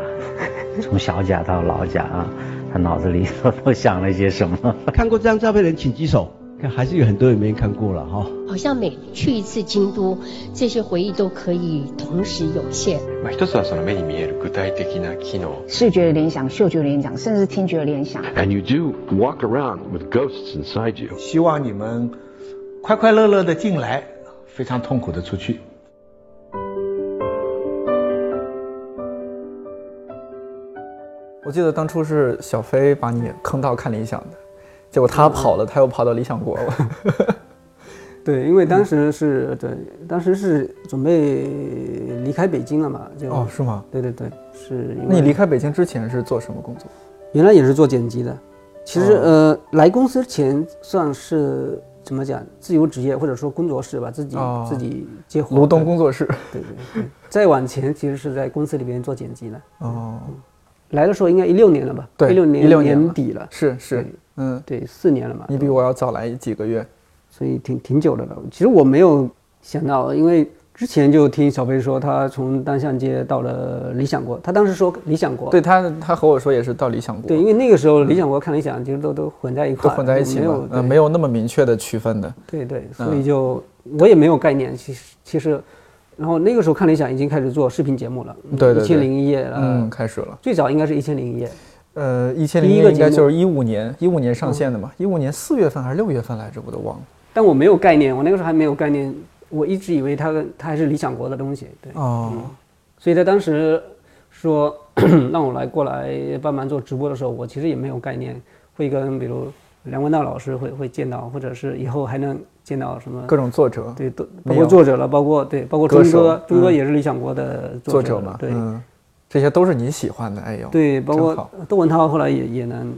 Speaker 12: 从小甲到老甲啊，他脑子里头都想了些什么？
Speaker 13: 看过这张照片的人请举手。看，还是有很多人没看过了哈、
Speaker 14: 好像每去一次京都，这些回忆都可以同时涌现。
Speaker 15: まあ一つはその目に見える具体的な機能。
Speaker 16: 视觉联想、嗅觉联想，甚至听觉联想。
Speaker 17: And you do walk around with ghosts inside you。
Speaker 18: 希望你们快快乐乐的进来，非常痛苦的出去。
Speaker 2: 我记得当初是小飞把你坑到看理想的，结果他跑了，他又跑到理想国了。
Speaker 4: 对，因为当时是对，当时是准备离开北京了嘛，就
Speaker 2: 哦，是吗？
Speaker 4: 对对对，是因
Speaker 2: 那你
Speaker 4: 为
Speaker 2: 离开北京之前是做什么工作？
Speaker 4: 原来也是做剪辑的，其实、
Speaker 2: 哦
Speaker 4: 呃来公司前算是怎么讲自由职业或者说工作室吧，自己、
Speaker 2: 哦
Speaker 4: 自己接活。
Speaker 2: 卢东
Speaker 4: 对
Speaker 2: 工作室。
Speaker 4: 对对对，再往前其实是在公司里边做剪辑的。
Speaker 2: 哦，
Speaker 4: 来的时候应该一六年了吧？
Speaker 2: 对，
Speaker 4: 一六年
Speaker 2: 16
Speaker 4: 年
Speaker 2: 了
Speaker 4: 底了，
Speaker 2: 是是
Speaker 4: 对，
Speaker 2: 嗯，
Speaker 4: 对，四年了嘛。
Speaker 2: 你比我要早来几个月。
Speaker 4: 所以挺挺久的了。其实我没有想到，因为之前就听小飞说他从单向街到了理想国，他当时说理想国，
Speaker 2: 对他，他和我说也是到理想国，
Speaker 4: 哦对因为那个时候理想国看理想其实都都混在一
Speaker 2: 都
Speaker 4: 块儿，
Speaker 2: 混在一起
Speaker 4: 没
Speaker 2: 了
Speaker 4: 有，
Speaker 2: 呃，
Speaker 4: 对
Speaker 2: 没有那么明确的区分的。
Speaker 4: 对对，
Speaker 2: 嗯
Speaker 4: 所以就、我也没有概念，其实其实，然后那个时候看理想已经开始做视频节目了，
Speaker 2: 对对对
Speaker 4: 一千零一夜了，
Speaker 2: 嗯，开始了。
Speaker 4: 最早应该是一千零一夜，
Speaker 2: 呃，一千
Speaker 4: 第
Speaker 2: 零
Speaker 4: 一
Speaker 2: 一
Speaker 4: 个
Speaker 2: 应该
Speaker 4: 节目
Speaker 2: 就
Speaker 4: 嗯
Speaker 2: 是一五年，一五年上线的嘛，一五年四月份还是六月份来着，我都忘了。
Speaker 4: 但我没有概念，我那个时候还没有概念，我一直以为他他还是理想国的东西，对，
Speaker 2: 哦，
Speaker 4: 所以在当时说 让我来过来帮忙做直播的时候，我其实也没有概念，会跟比如梁文道老师会会见到，或者是以后还能见到什么
Speaker 2: 各种作者，
Speaker 4: 嗯对，都
Speaker 2: 没
Speaker 4: 包
Speaker 2: 有
Speaker 4: 括作者了，包括对，包括
Speaker 2: 歌
Speaker 4: 钟
Speaker 2: 手
Speaker 4: 哥，钟哥
Speaker 2: 嗯
Speaker 4: 也是理想国的
Speaker 2: 作
Speaker 4: 者
Speaker 2: 者
Speaker 4: 了
Speaker 2: 嘛，
Speaker 4: 对、
Speaker 2: 嗯，这些都是你喜欢的，哎呦，
Speaker 4: 对，包
Speaker 2: 真
Speaker 4: 括
Speaker 2: 好
Speaker 4: 窦文涛后来也也能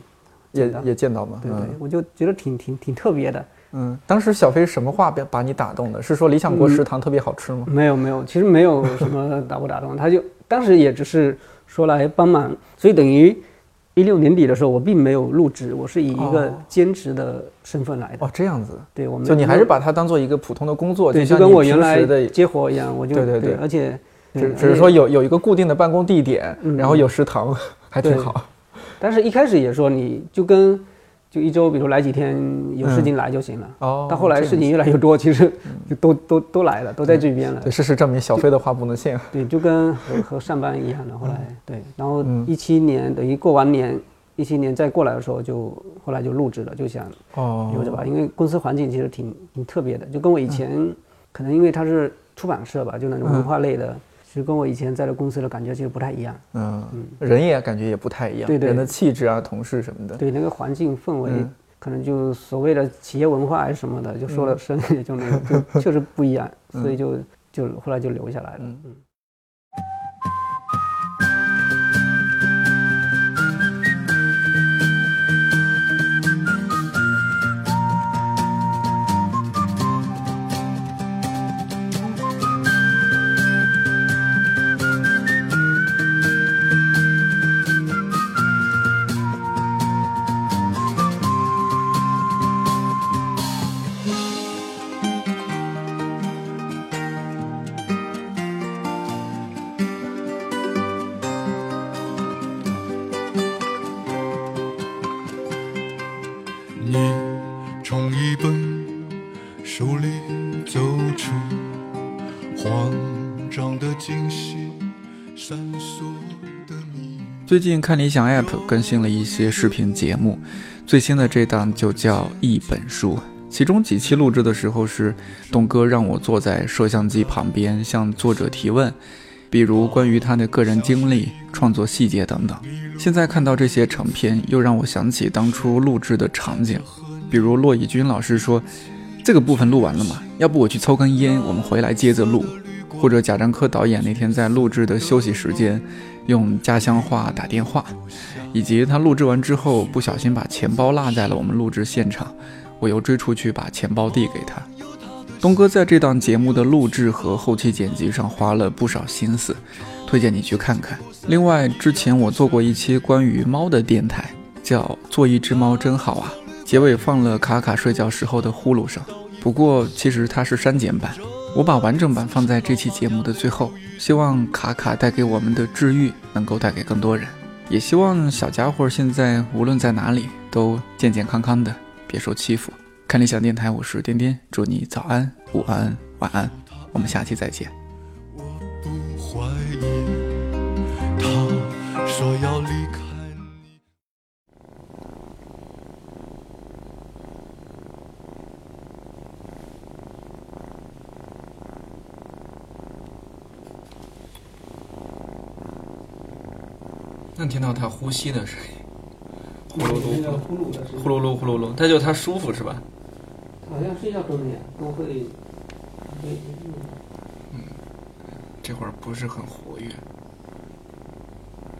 Speaker 2: 也
Speaker 4: 见到
Speaker 2: 也见到嘛，
Speaker 4: 对对，
Speaker 2: 嗯
Speaker 4: 我就觉得挺挺挺特别的。
Speaker 2: 嗯，当时小飞什么话把把你打动的？是说理想
Speaker 4: 嗯
Speaker 2: 国食堂特别好吃吗？
Speaker 4: 没有没有，其实没有什么打不打动，他就 当时也只是说来帮忙，所以等于一六年底的时候，我并没有入职，我是以一个
Speaker 2: 哦
Speaker 4: 兼职的身份来的。
Speaker 2: 哦，这样子，
Speaker 4: 对，我们
Speaker 2: 就你还是把它当做一个普通的工作，
Speaker 4: 嗯对，就
Speaker 2: 像
Speaker 4: 跟
Speaker 2: 你
Speaker 4: 我原
Speaker 2: 平
Speaker 4: 来
Speaker 2: 时的
Speaker 4: 接活一样，我就
Speaker 2: 对对对
Speaker 4: 而且对
Speaker 2: 只
Speaker 4: 而
Speaker 2: 只是
Speaker 4: 且
Speaker 2: 说有有一个固定的办公地点，
Speaker 4: 嗯
Speaker 2: 然后有食堂，还挺
Speaker 4: 对哦
Speaker 2: 好。
Speaker 4: 但是一开始也说你就跟就一周，比如来几天，有事情来就行了。
Speaker 2: 哦
Speaker 4: 到后来
Speaker 2: 这样嗯
Speaker 4: 事情越来越多，其实就都都都来了，都在这边了
Speaker 2: 对，。事实证明小飞的话不能信。
Speaker 4: 对，就跟和和上班一样的。后来对，然后
Speaker 2: 嗯
Speaker 4: 一七年等于过完年，一七年再过来的时候就后来就入职了，就想
Speaker 2: 哦嗯
Speaker 4: 留着吧，因为公司环境其实挺挺特别的，就跟我以前、可能因为它是出版社吧，就那种文化类的，其实跟我以前在的公司的感觉其实不太一样。
Speaker 2: 嗯，人也感觉也不太一样，
Speaker 4: 对对
Speaker 2: 人的气质啊、同事什么的。
Speaker 4: 对那个环境氛围，
Speaker 2: 嗯
Speaker 4: 可能就所谓的企业文化还是什么的，就说了深一点就那个， 就确实不一样，所以就就后来就留下来了。
Speaker 2: 嗯
Speaker 4: 嗯
Speaker 5: 你从一本书里走出，慌张的惊喜，闪烁的谜语。
Speaker 19: 最近看理想 App 更新了一些视频节目，最新的这档就叫《一本书》，其中几期录制的时候是东哥让我坐在摄像机旁边向作者提问，比如关于他的个人经历、创作细节等等。现在看到这些成片，又让我想起当初录制的场景，比如骆以军老师说：“这个部分录完了吗？要不我去抽根烟，我们回来接着录。”
Speaker 2: 或者贾樟柯导演那天在录制的休息时间，用家乡话打电话，以及他录制完之后不小心把钱包落在了我们录制现场，我又追出去把钱包递给他。东哥在这档节目的录制和后期剪辑上花了不少心思，推荐你去看看。另外，之前我做过一期关于猫的电台，叫《做一只猫真好啊》，结尾放了卡卡睡觉时候的呼噜声。不过其实它是删减版，我把完整版放在这期节目的最后，希望卡卡带给我们的治愈能够带给更多人，也希望小家伙现在无论在哪里都健健康康的，别受欺负。看理想电台，我是颠颠，祝你早安、午安、晚安，我们下期再见。
Speaker 1: 怀疑他说要离开。
Speaker 2: 能听到他呼吸的声音，呼噜
Speaker 4: 那
Speaker 2: 噜
Speaker 4: 个呼噜的声音
Speaker 2: 呼噜噜呼噜噜，那就他舒服是吧？
Speaker 4: 好像睡觉都是这样，都会，会
Speaker 2: 这会儿不是很活跃，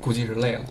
Speaker 2: 估计是累了。